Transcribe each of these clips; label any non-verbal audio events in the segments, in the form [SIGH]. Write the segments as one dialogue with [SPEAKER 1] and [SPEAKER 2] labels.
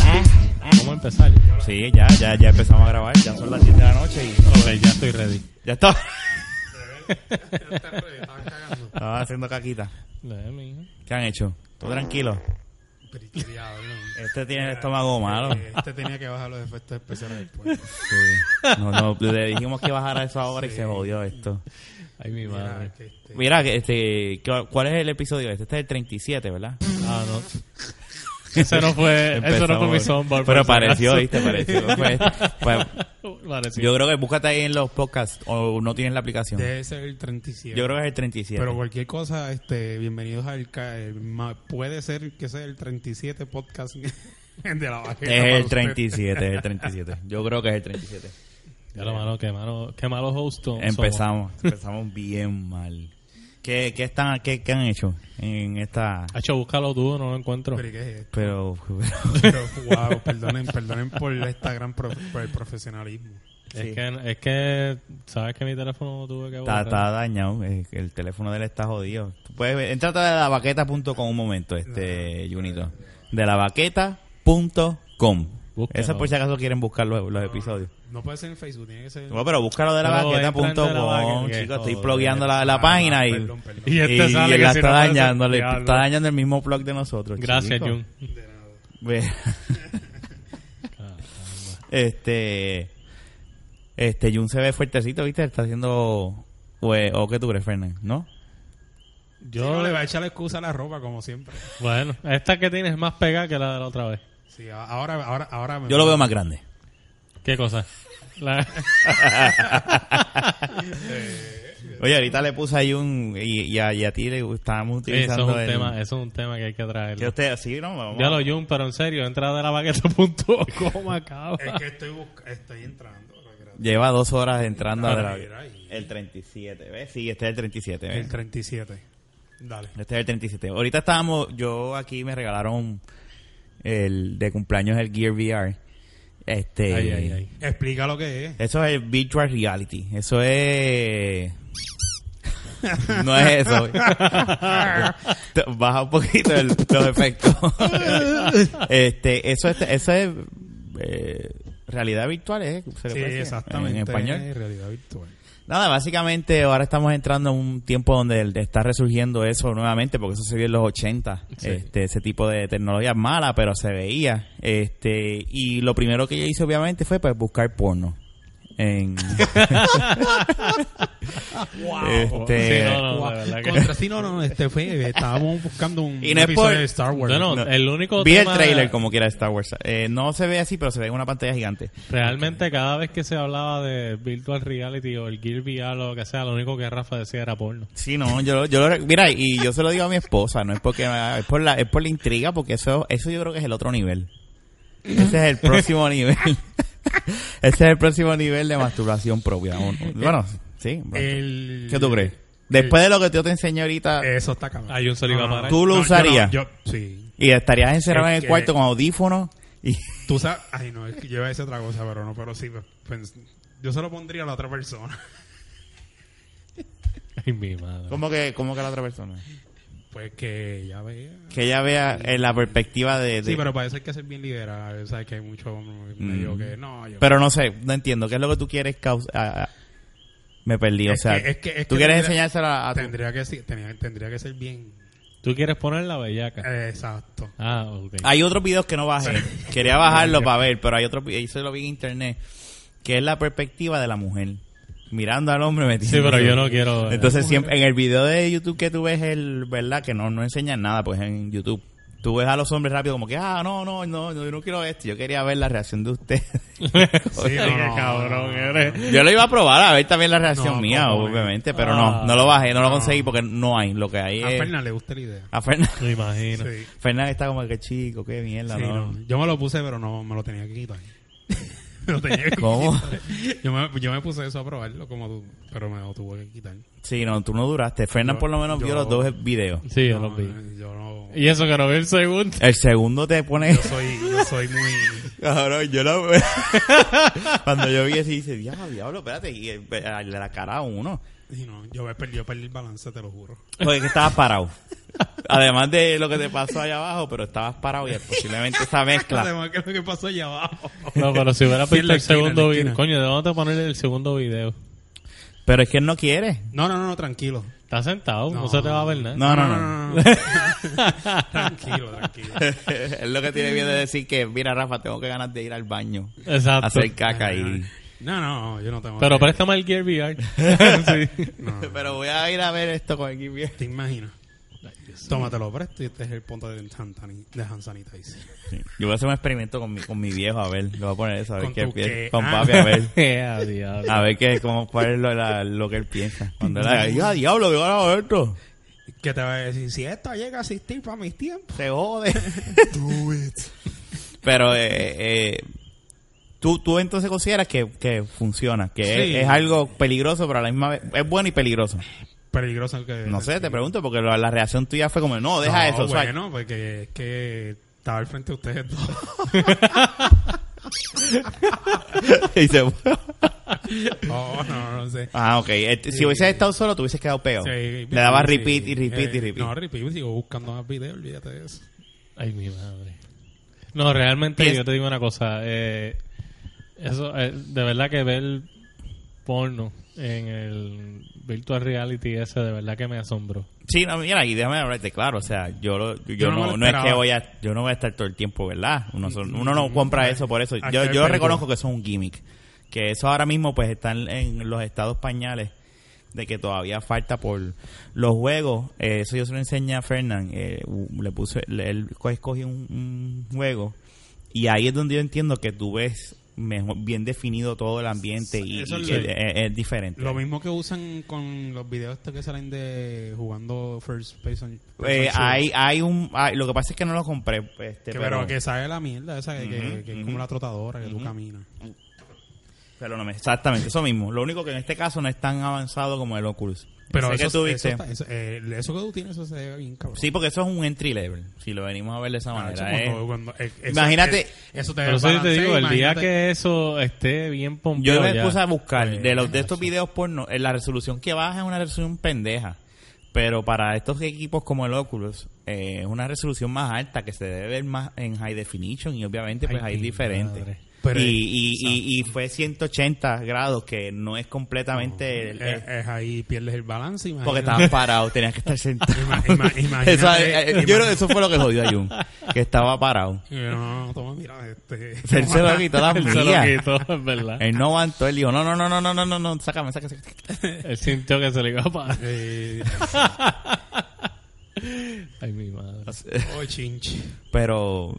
[SPEAKER 1] ¿Eh? empezar.
[SPEAKER 2] Sí, ya, ya, ya empezamos a grabar. Ya son las 10 de la noche y
[SPEAKER 1] Ok, ya estoy ready.
[SPEAKER 2] ya está.
[SPEAKER 3] Estaban cagando.
[SPEAKER 2] Estaba haciendo caquita.
[SPEAKER 1] Eh, mijo.
[SPEAKER 2] ¿Qué han hecho? Todo tranquilo.
[SPEAKER 3] Pero, criado, ¿no?
[SPEAKER 2] Este tiene el estómago malo.
[SPEAKER 3] Este tenía que bajar los efectos especiales después.
[SPEAKER 2] No, no, le dijimos que bajara eso ahora y se jodió esto.
[SPEAKER 1] Ay, mi
[SPEAKER 3] Mira,
[SPEAKER 1] madre.
[SPEAKER 3] que este-
[SPEAKER 2] Mira, que, este, que- ¿cuál es el episodio este? Este es el 37, ¿verdad?
[SPEAKER 1] Ah, no. Eso no fue, eso no fue mi
[SPEAKER 2] Empezamos.
[SPEAKER 1] soundbar.
[SPEAKER 2] Pero
[SPEAKER 1] por si
[SPEAKER 2] pareció,
[SPEAKER 1] acaso.
[SPEAKER 2] ¿viste? Pareció.
[SPEAKER 1] [LAUGHS]
[SPEAKER 2] Pues, pues,
[SPEAKER 1] Pareció.
[SPEAKER 2] yo creo que búscate ahí en los podcasts o no tienes la aplicación.
[SPEAKER 3] Debe ser el 37.
[SPEAKER 2] Yo creo que es el 37.
[SPEAKER 3] Pero cualquier cosa, este, bienvenidos al... ca- el ma- Puede ser que sea el 37 podcast [LAUGHS] de la bajera.
[SPEAKER 2] es
[SPEAKER 3] para
[SPEAKER 2] el
[SPEAKER 3] usted.
[SPEAKER 2] 37, es el 37. Yo creo que es el 37.
[SPEAKER 1] Ya lo malo, qué malo, qué malo host somos.
[SPEAKER 2] Empezamos, empezamos bien mal. ¿Qué, qué, están, qué, qué han hecho en esta...?
[SPEAKER 1] Hacho, búscalo tú, no lo encuentro.
[SPEAKER 3] Pero, ¿y qué es esto?
[SPEAKER 2] Pero,
[SPEAKER 3] Pero, wow, perdonen, perdonen por esta gran pro- por el profesionalismo.
[SPEAKER 1] Es, que, es que, ¿sabes que mi teléfono tuve que
[SPEAKER 2] está,
[SPEAKER 1] borrar?
[SPEAKER 2] está dañado, eh, el teléfono de él está jodido. Tú puedes ver- entrate a lavaqueta.com un momento, este, Junito. De lavaqueta.com.
[SPEAKER 1] Búscalo.
[SPEAKER 2] Eso por si acaso quieren buscar los, los episodios.
[SPEAKER 3] No puede ser en Facebook, tiene que ser...
[SPEAKER 2] No, pero búscalo de
[SPEAKER 1] Pero entra en
[SPEAKER 2] lavaqueta.com,
[SPEAKER 1] lavaqueta,
[SPEAKER 2] chicos. Estoy
[SPEAKER 1] joder.
[SPEAKER 2] plugueando la, la
[SPEAKER 3] Ah,
[SPEAKER 2] página y...
[SPEAKER 3] Perdón, perdón.
[SPEAKER 1] Y
[SPEAKER 2] Y,
[SPEAKER 1] este sale
[SPEAKER 2] la
[SPEAKER 1] que si
[SPEAKER 2] está
[SPEAKER 1] no puede ser,
[SPEAKER 2] dañando, le
[SPEAKER 1] diablo.
[SPEAKER 2] está dañando pues, el mismo plug de nosotros.
[SPEAKER 1] Gracias,
[SPEAKER 2] chicos.
[SPEAKER 1] Jun.
[SPEAKER 3] De nada.
[SPEAKER 2] [LAUGHS] Ve- este. Este, Jun se ve fuertecito, ¿viste? Está haciendo. O, eh, o qué tú crees, Fernan, ¿no?
[SPEAKER 3] Sí, no,
[SPEAKER 1] Yo,
[SPEAKER 3] le va a echar la excusa a la ropa, como siempre.
[SPEAKER 1] bueno, esta que tienes es más pegada que la de la otra vez.
[SPEAKER 3] Sí, a- ahora, ahora, ahora me
[SPEAKER 2] Yo lo veo más grande.
[SPEAKER 1] ¿Qué cosa?
[SPEAKER 2] [LAUGHS]
[SPEAKER 1] La...
[SPEAKER 2] Oye, ahorita le puse a Jun y, y a, y a ti le estábamos
[SPEAKER 1] Sí, eso, es
[SPEAKER 2] utilizando.
[SPEAKER 1] un
[SPEAKER 2] el-
[SPEAKER 1] tema, eso es un tema que hay que traer.
[SPEAKER 2] ¿Qué usted? Sí, no, vamos.
[SPEAKER 1] Ya lo Jun, pero en serio, entra de la baqueta.com
[SPEAKER 2] [LAUGHS]
[SPEAKER 1] acaba.
[SPEAKER 3] Es que estoy, busca- estoy entrando. espérate.
[SPEAKER 2] Lleva dos horas entrando
[SPEAKER 1] Ah,
[SPEAKER 2] a
[SPEAKER 3] Mira,
[SPEAKER 2] la-
[SPEAKER 3] mira, y-
[SPEAKER 2] El 37, ¿ves? Sí, este es el 37, ¿ves?
[SPEAKER 3] El 37. Dale.
[SPEAKER 2] Este es el 37. Ahorita estábamos, yo aquí me regalaron el de cumpleaños el Gear VR. Este,
[SPEAKER 3] Eh,
[SPEAKER 1] Ay, ay, ay.
[SPEAKER 3] Explica lo que es.
[SPEAKER 2] Eso es virtual reality. Eso es. No es eso. Baja un poquito el- los efectos. este, eso es, eso es eh, realidad virtual, ¿eh? Se le
[SPEAKER 3] Sí,
[SPEAKER 2] puede decir,
[SPEAKER 3] exactamente.
[SPEAKER 2] En español.
[SPEAKER 3] Es realidad virtual.
[SPEAKER 2] Nada, básicamente ahora estamos entrando en un tiempo donde el- está resurgiendo eso nuevamente, porque eso se vio en los 80,
[SPEAKER 1] Sí.
[SPEAKER 2] este, ese tipo de tecnología mala, pero se veía. Este, y lo primero que yo hice obviamente fue pues buscar porno.
[SPEAKER 3] [LAUGHS]
[SPEAKER 2] En,
[SPEAKER 1] Sí,
[SPEAKER 2] Este-
[SPEAKER 1] no, no, la verdad que-
[SPEAKER 3] Contra sí, no, no, este fue. Estábamos buscando un
[SPEAKER 2] [LAUGHS] Y no es por-
[SPEAKER 3] episodio de Star Wars.
[SPEAKER 1] No, no,
[SPEAKER 2] No.
[SPEAKER 1] el único
[SPEAKER 2] vi el
[SPEAKER 1] tema-
[SPEAKER 2] trailer como quiera de Star Wars. Eh, no se ve así, pero se ve en una pantalla gigante.
[SPEAKER 1] Realmente cada vez que se hablaba de virtual reality o el Gear VR o lo que sea, lo único que Rafa decía era
[SPEAKER 3] [LAUGHS]
[SPEAKER 1] porno.
[SPEAKER 2] Sí, no, yo, yo lo, mira, y yo se lo digo a mi esposa, no es porque es por la, es por la intriga, porque eso, eso yo creo que es el otro nivel. Ese es
[SPEAKER 1] [LAUGHS]
[SPEAKER 2] el próximo nivel. [LAUGHS] Ese es el próximo nivel de masturbación propia. Un- un- Bueno, sí.
[SPEAKER 3] El-
[SPEAKER 2] ¿Qué tú crees? Después de lo que yo te enseñé ahorita,
[SPEAKER 3] Eso está acabado.
[SPEAKER 1] Ah, yo se lo iba a parar.
[SPEAKER 2] ¿Tú lo
[SPEAKER 3] yo
[SPEAKER 2] usarías?
[SPEAKER 3] yo- sí.
[SPEAKER 2] y estarías encerrado en
[SPEAKER 3] Es
[SPEAKER 2] el
[SPEAKER 3] que-
[SPEAKER 2] cuarto con audífonos y [LAUGHS]
[SPEAKER 3] Tú sabes. Ay, no, es que yo iba a decir otra cosa, pero no, pero sí. pues, yo se lo pondría a la otra persona. [LAUGHS]
[SPEAKER 1] Ay, mi madre.
[SPEAKER 2] como que, como que la otra persona.
[SPEAKER 3] Pues que ya vea.
[SPEAKER 2] Que ella vea eh, la perspectiva de, de-
[SPEAKER 3] Sí, pero parece que ser bien liberal. O sea, que hay mucho hombre medio que no. Yo
[SPEAKER 2] Mm. pero no sé, no entiendo. ¿Qué es lo que tú quieres causar? Ah, ah, me perdí, o
[SPEAKER 3] Es
[SPEAKER 2] sea,
[SPEAKER 3] que- es que- es
[SPEAKER 2] tú
[SPEAKER 3] que
[SPEAKER 2] quieres
[SPEAKER 3] tendría-
[SPEAKER 2] enseñársela a, tu-
[SPEAKER 3] tendría que ser, tenía- tendría que ser bien.
[SPEAKER 1] ¿Tú quieres poner la bellaca?
[SPEAKER 3] eh, exacto.
[SPEAKER 1] Ah, ok.
[SPEAKER 2] Hay otros videos que no bajé. [LAUGHS] Quería bajarlo para ver, pero hay otro video, se lo vi en internet, que es la perspectiva de la mujer. Mirando al hombre metido.
[SPEAKER 1] Sí, pero yo no quiero... eh,
[SPEAKER 2] Entonces, siempre, en el video de YouTube que tú ves, el, ¿verdad? Que no, no enseñan nada, pues en YouTube. Tú ves a los hombres rápido como que, ah, no, no, no, no, yo no quiero esto. Yo quería ver la reacción de usted.
[SPEAKER 3] Sí, no,
[SPEAKER 1] Ay, qué
[SPEAKER 3] no,
[SPEAKER 1] cabrón
[SPEAKER 3] no,
[SPEAKER 1] eres.
[SPEAKER 2] yo lo iba a probar a ver también la reacción
[SPEAKER 3] No,
[SPEAKER 2] mía,
[SPEAKER 3] cojones.
[SPEAKER 2] obviamente, pero
[SPEAKER 1] Ah,
[SPEAKER 2] no, no lo bajé, no lo conseguí porque no hay. Lo que hay
[SPEAKER 3] A
[SPEAKER 2] es...
[SPEAKER 3] Fernan le gusta la idea.
[SPEAKER 2] A [LAUGHS] Fernan.
[SPEAKER 1] Me imagino.
[SPEAKER 3] Sí.
[SPEAKER 2] Fernan está como que chico, qué mierda,
[SPEAKER 3] Sí,
[SPEAKER 2] no.
[SPEAKER 3] no. Yo me lo puse, pero no me lo tenía que [LAUGHS] quitar. me lo tenía que
[SPEAKER 2] ¿Cómo?
[SPEAKER 3] quitar. Yo me, yo me puse eso a probarlo, como tú, pero me lo tuve que quitar.
[SPEAKER 2] Sí, no, tú no duraste. Fernan
[SPEAKER 3] Yo-
[SPEAKER 2] por lo menos vio
[SPEAKER 3] yo-
[SPEAKER 2] los dos videos.
[SPEAKER 1] Sí, yo
[SPEAKER 3] No, eh,
[SPEAKER 1] lo vi.
[SPEAKER 3] Yo no.
[SPEAKER 1] Y eso que no vi el
[SPEAKER 3] [LAUGHS]
[SPEAKER 1] segundo.
[SPEAKER 2] El segundo te pone...
[SPEAKER 3] Yo soy, yo soy muy.
[SPEAKER 2] [LAUGHS] Cabrón, yo lo... [LAUGHS] Cuando yo vi ese, dice, diablo, diablo, espérate. Y el- el- la cara a uno.
[SPEAKER 3] y no, yo, perdí, yo perdí el balance, te lo juro.
[SPEAKER 2] Porque es que estabas parado. Además de lo que te pasó allá abajo, pero estabas parado y posiblemente
[SPEAKER 3] [LAUGHS]
[SPEAKER 2] esa mezcla.
[SPEAKER 3] Además, que es lo que pasó allá abajo?
[SPEAKER 1] No, pero si hubiera
[SPEAKER 3] Sí, en
[SPEAKER 1] visto
[SPEAKER 3] la
[SPEAKER 1] el
[SPEAKER 3] esquina, en la
[SPEAKER 1] segundo
[SPEAKER 3] esquina.
[SPEAKER 1] video. Coño, ¿de dónde ponerle el segundo video?
[SPEAKER 2] Pero es que él no quiere.
[SPEAKER 3] No, no, no, no, tranquilo.
[SPEAKER 1] Está sentado, no,
[SPEAKER 3] No.
[SPEAKER 1] se te va a ver nada.
[SPEAKER 2] No, no, no.
[SPEAKER 3] no, no. [LAUGHS] tranquilo, tranquilo.
[SPEAKER 2] es lo que tiene miedo de decir que, mira, Rafa, tengo que ganas de ir al baño.
[SPEAKER 1] Exacto.
[SPEAKER 2] Hacer caca y...
[SPEAKER 3] No, no, yo no tengo.
[SPEAKER 1] Pero
[SPEAKER 3] que-
[SPEAKER 1] préstame el Gear
[SPEAKER 3] [LAUGHS]
[SPEAKER 1] VR. [LAUGHS] Sí.
[SPEAKER 3] No, no.
[SPEAKER 2] [LAUGHS] Pero voy a ir a ver esto con el Gear
[SPEAKER 3] ¿Te imaginas? Tómatelo presto y este es el punto de hand sani- de hand sanitizer.
[SPEAKER 2] Yo voy a hacer un experimento con mi, con mi viejo, a ver. Le voy a poner eso, a ver
[SPEAKER 3] ¿Con
[SPEAKER 2] qué
[SPEAKER 3] tu
[SPEAKER 2] él piensa.
[SPEAKER 3] qué?
[SPEAKER 2] Con
[SPEAKER 3] Ah.
[SPEAKER 2] papi, a ver.
[SPEAKER 1] Ya, diablo.
[SPEAKER 2] A ver qué, cómo, cuál es lo, la- lo que él piensa. Cuando él haga, ¡ya, diablo, que ganado esto!
[SPEAKER 3] ¿Qué te va a decir? Si esto llega a asistir para mis tiempos.
[SPEAKER 2] Se jode.
[SPEAKER 3] [LAUGHS] Do it.
[SPEAKER 2] Pero, eh, eh, tú, tú entonces consideras que, que funciona, que
[SPEAKER 3] Sí.
[SPEAKER 2] es, es algo peligroso, pero a la misma vez es bueno y peligroso.
[SPEAKER 3] Peligroso que.
[SPEAKER 2] No sé, te pregunto, porque la, la reacción tuya fue como, no, deja eso. o sea,
[SPEAKER 3] Bueno, porque es que estaba al frente de ustedes dos. [LAUGHS] [LAUGHS]
[SPEAKER 2] y se fue.
[SPEAKER 3] Oh, no, no sé.
[SPEAKER 2] Ah, ok. Eh, Si hubieses estado solo, te hubieses quedado peor.
[SPEAKER 3] Sí,
[SPEAKER 2] Le dabas
[SPEAKER 3] sí,
[SPEAKER 2] repeat y repeat
[SPEAKER 3] eh,
[SPEAKER 2] y repeat.
[SPEAKER 3] No, repeat, sigo buscando más videos, olvídate de eso.
[SPEAKER 1] Ay, mi madre. No, realmente
[SPEAKER 2] Piensa-
[SPEAKER 1] yo te digo una cosa. eh, eso, eh, de verdad que ver porno en el virtual reality ese, de verdad que me asombró.
[SPEAKER 2] Sí, no, mira, y déjame hablarte claro, o sea, yo, lo- yo,
[SPEAKER 3] Yo no me
[SPEAKER 2] no,
[SPEAKER 3] lo
[SPEAKER 2] no es
[SPEAKER 3] esperaba.
[SPEAKER 2] que voy a, yo no voy a estar todo el tiempo, ¿verdad? Uno, son- uno no compra eso por eso.
[SPEAKER 3] Mm-hmm. Aquí
[SPEAKER 2] Yo,
[SPEAKER 3] hay
[SPEAKER 2] yo
[SPEAKER 3] película.
[SPEAKER 2] reconozco que eso es un gimmick, que eso ahora mismo pues están en los estados pañales de que todavía falta por los juegos. Eh, eso yo se lo enseñé a Fernán, eh, u- le puse, le- él co- escogió un, un juego y ahí es donde yo entiendo que tú ves mejor, bien definido todo el ambiente y,
[SPEAKER 3] Eso
[SPEAKER 2] y
[SPEAKER 3] es
[SPEAKER 2] que
[SPEAKER 3] lo-
[SPEAKER 2] es, es diferente.
[SPEAKER 3] Lo mismo que usan con los videos estos que salen de jugando First Person. person
[SPEAKER 2] Eh,
[SPEAKER 3] shooter.
[SPEAKER 2] hay, hay un, hay- lo que pasa es que no lo compré. Este,
[SPEAKER 3] Que,
[SPEAKER 2] pero,
[SPEAKER 3] pero que sale la mierda esa que, que-
[SPEAKER 2] Ujú,
[SPEAKER 3] que es
[SPEAKER 2] ujú.
[SPEAKER 3] como la trotadora que tú caminas.
[SPEAKER 2] pero no me, exactamente, eso mismo. Lo único que en este caso no es tan avanzado como el Oculus.
[SPEAKER 3] Pero eso,
[SPEAKER 2] Ese que tú
[SPEAKER 3] eso,
[SPEAKER 2] viste.
[SPEAKER 3] está- eso, eh, eso que tú tienes, eso se ve bien cabrón.
[SPEAKER 2] Sí, pues, porque eso es un entry level. Si lo venimos a ver de esa
[SPEAKER 3] Ah,
[SPEAKER 2] manera.
[SPEAKER 3] eso
[SPEAKER 2] eh.
[SPEAKER 3] cuando- cuando- eh, eso-
[SPEAKER 2] Imagínate-
[SPEAKER 3] eh, Eso te
[SPEAKER 1] Pero eso yo te
[SPEAKER 3] balancea,
[SPEAKER 1] digo, el día
[SPEAKER 3] imagínate-
[SPEAKER 1] que eso esté bien
[SPEAKER 2] Yo
[SPEAKER 1] pompeado
[SPEAKER 2] me
[SPEAKER 1] ya. [LAUGHS]
[SPEAKER 2] puse a buscar
[SPEAKER 3] Eh,
[SPEAKER 2] de los de estos videos porno, eh, la resolución que baja es una resolución pendeja. Pero para estos equipos como el Oculus, eh, es una resolución más alta que se debe ver más en high definition y obviamente pues
[SPEAKER 1] Ay,
[SPEAKER 2] ahí es
[SPEAKER 1] mi
[SPEAKER 2] diferente.
[SPEAKER 1] madre.
[SPEAKER 3] Pero-
[SPEAKER 2] y, y, y, y fue 180 grados que no es completamente... el-
[SPEAKER 3] Eh, eh, ahí pierdes el balance. Imagínate.
[SPEAKER 2] Porque estabas parado, tenías que estar sentado.
[SPEAKER 3] Ima-
[SPEAKER 2] [LAUGHS]
[SPEAKER 3] ima- imagínate-
[SPEAKER 2] Eso, eh, eh, yo creo que eso fue lo que jodió a Jun, que estaba parado.
[SPEAKER 3] Y yo, No, no, toma, mira, este.
[SPEAKER 2] Él se lo quitó las
[SPEAKER 1] Él se lo
[SPEAKER 2] mías.
[SPEAKER 1] quitó, es verdad.
[SPEAKER 2] Él no aguantó, él dijo, no, no, no, no, no, no, no, no, sácame, sácame, sácame.
[SPEAKER 1] Él sintió que se le iba a parar.
[SPEAKER 3] [LAUGHS] Eh,
[SPEAKER 1] Ay, mi madre.
[SPEAKER 3] oh, chinche.
[SPEAKER 2] Pero,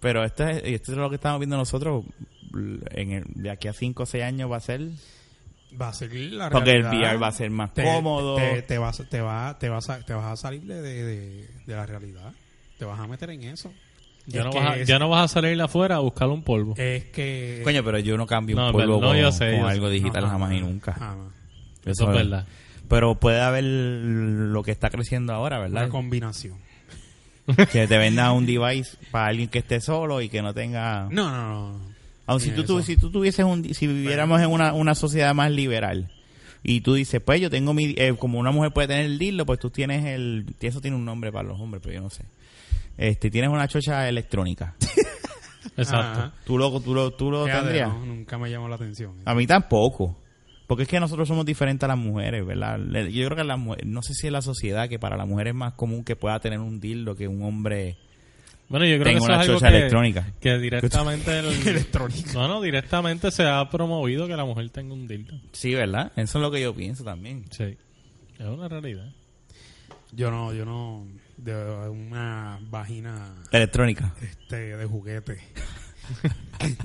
[SPEAKER 2] pero esto es, y esto es lo que estamos viendo nosotros. En el- de aquí a 5 o 6 años va a ser.
[SPEAKER 3] Va a ser la
[SPEAKER 2] Porque el
[SPEAKER 3] realidad.
[SPEAKER 2] VR va a ser más
[SPEAKER 3] Te-
[SPEAKER 2] cómodo.
[SPEAKER 3] Te, te vas, te, va- te, vas a, te vas a salir de, de- de- de la realidad. Te vas a meter en eso.
[SPEAKER 1] Ya
[SPEAKER 3] Es
[SPEAKER 1] no,
[SPEAKER 3] que
[SPEAKER 1] vas a,
[SPEAKER 3] es-
[SPEAKER 1] ya no vas a salir afuera a buscar un polvo.
[SPEAKER 2] Eh,
[SPEAKER 3] Es que.
[SPEAKER 2] Coño, pero yo no cambio
[SPEAKER 1] No,
[SPEAKER 2] un polvo
[SPEAKER 1] pero no,
[SPEAKER 2] con,
[SPEAKER 1] yo sé,
[SPEAKER 2] con
[SPEAKER 1] yo sé.
[SPEAKER 2] algo digital
[SPEAKER 3] Ajá.
[SPEAKER 2] jamás y nunca.
[SPEAKER 3] Jamás.
[SPEAKER 1] eso es verdad.
[SPEAKER 2] Pero puede haber lo que está creciendo ahora, ¿verdad?
[SPEAKER 3] Una combinación.
[SPEAKER 2] que te venda un device para alguien que esté solo y que no tenga
[SPEAKER 3] No, no, no.
[SPEAKER 2] aun si tú,
[SPEAKER 3] Eso.
[SPEAKER 2] tu- si tú tuvieses un di- si viviéramos en una, una sociedad más liberal y tú dices pues yo tengo mi eh, como una mujer puede tener el dildo pues tú tienes el eso tiene un nombre para los hombres pero yo no sé este tienes una chocha electrónica
[SPEAKER 1] Exacto.
[SPEAKER 3] Ajá.
[SPEAKER 2] tú lo tú lo tú
[SPEAKER 3] [LAUGHS]
[SPEAKER 2] lo
[SPEAKER 3] Fíjate,
[SPEAKER 2] tendrías
[SPEAKER 3] no, nunca me llamó la atención.
[SPEAKER 2] a mí tampoco porque es que nosotros somos diferentes a las mujeres, ¿verdad? Le- Yo creo que las mujeres, no sé si es la sociedad que para la mujer es más común que pueda tener un dildo que un hombre.
[SPEAKER 1] Bueno, yo creo
[SPEAKER 2] Tengo
[SPEAKER 1] que eso
[SPEAKER 2] una
[SPEAKER 1] es algo
[SPEAKER 2] chocha
[SPEAKER 1] que,
[SPEAKER 2] electrónica.
[SPEAKER 1] que directamente el,
[SPEAKER 3] Electrónica.
[SPEAKER 1] no, no, directamente se ha promovido que la mujer tenga un dildo.
[SPEAKER 2] Sí, ¿verdad? Eso es lo que yo pienso también.
[SPEAKER 1] Sí. Es una realidad.
[SPEAKER 3] Yo no, yo no. De una vagina
[SPEAKER 2] Electrónica.
[SPEAKER 3] este, de juguete.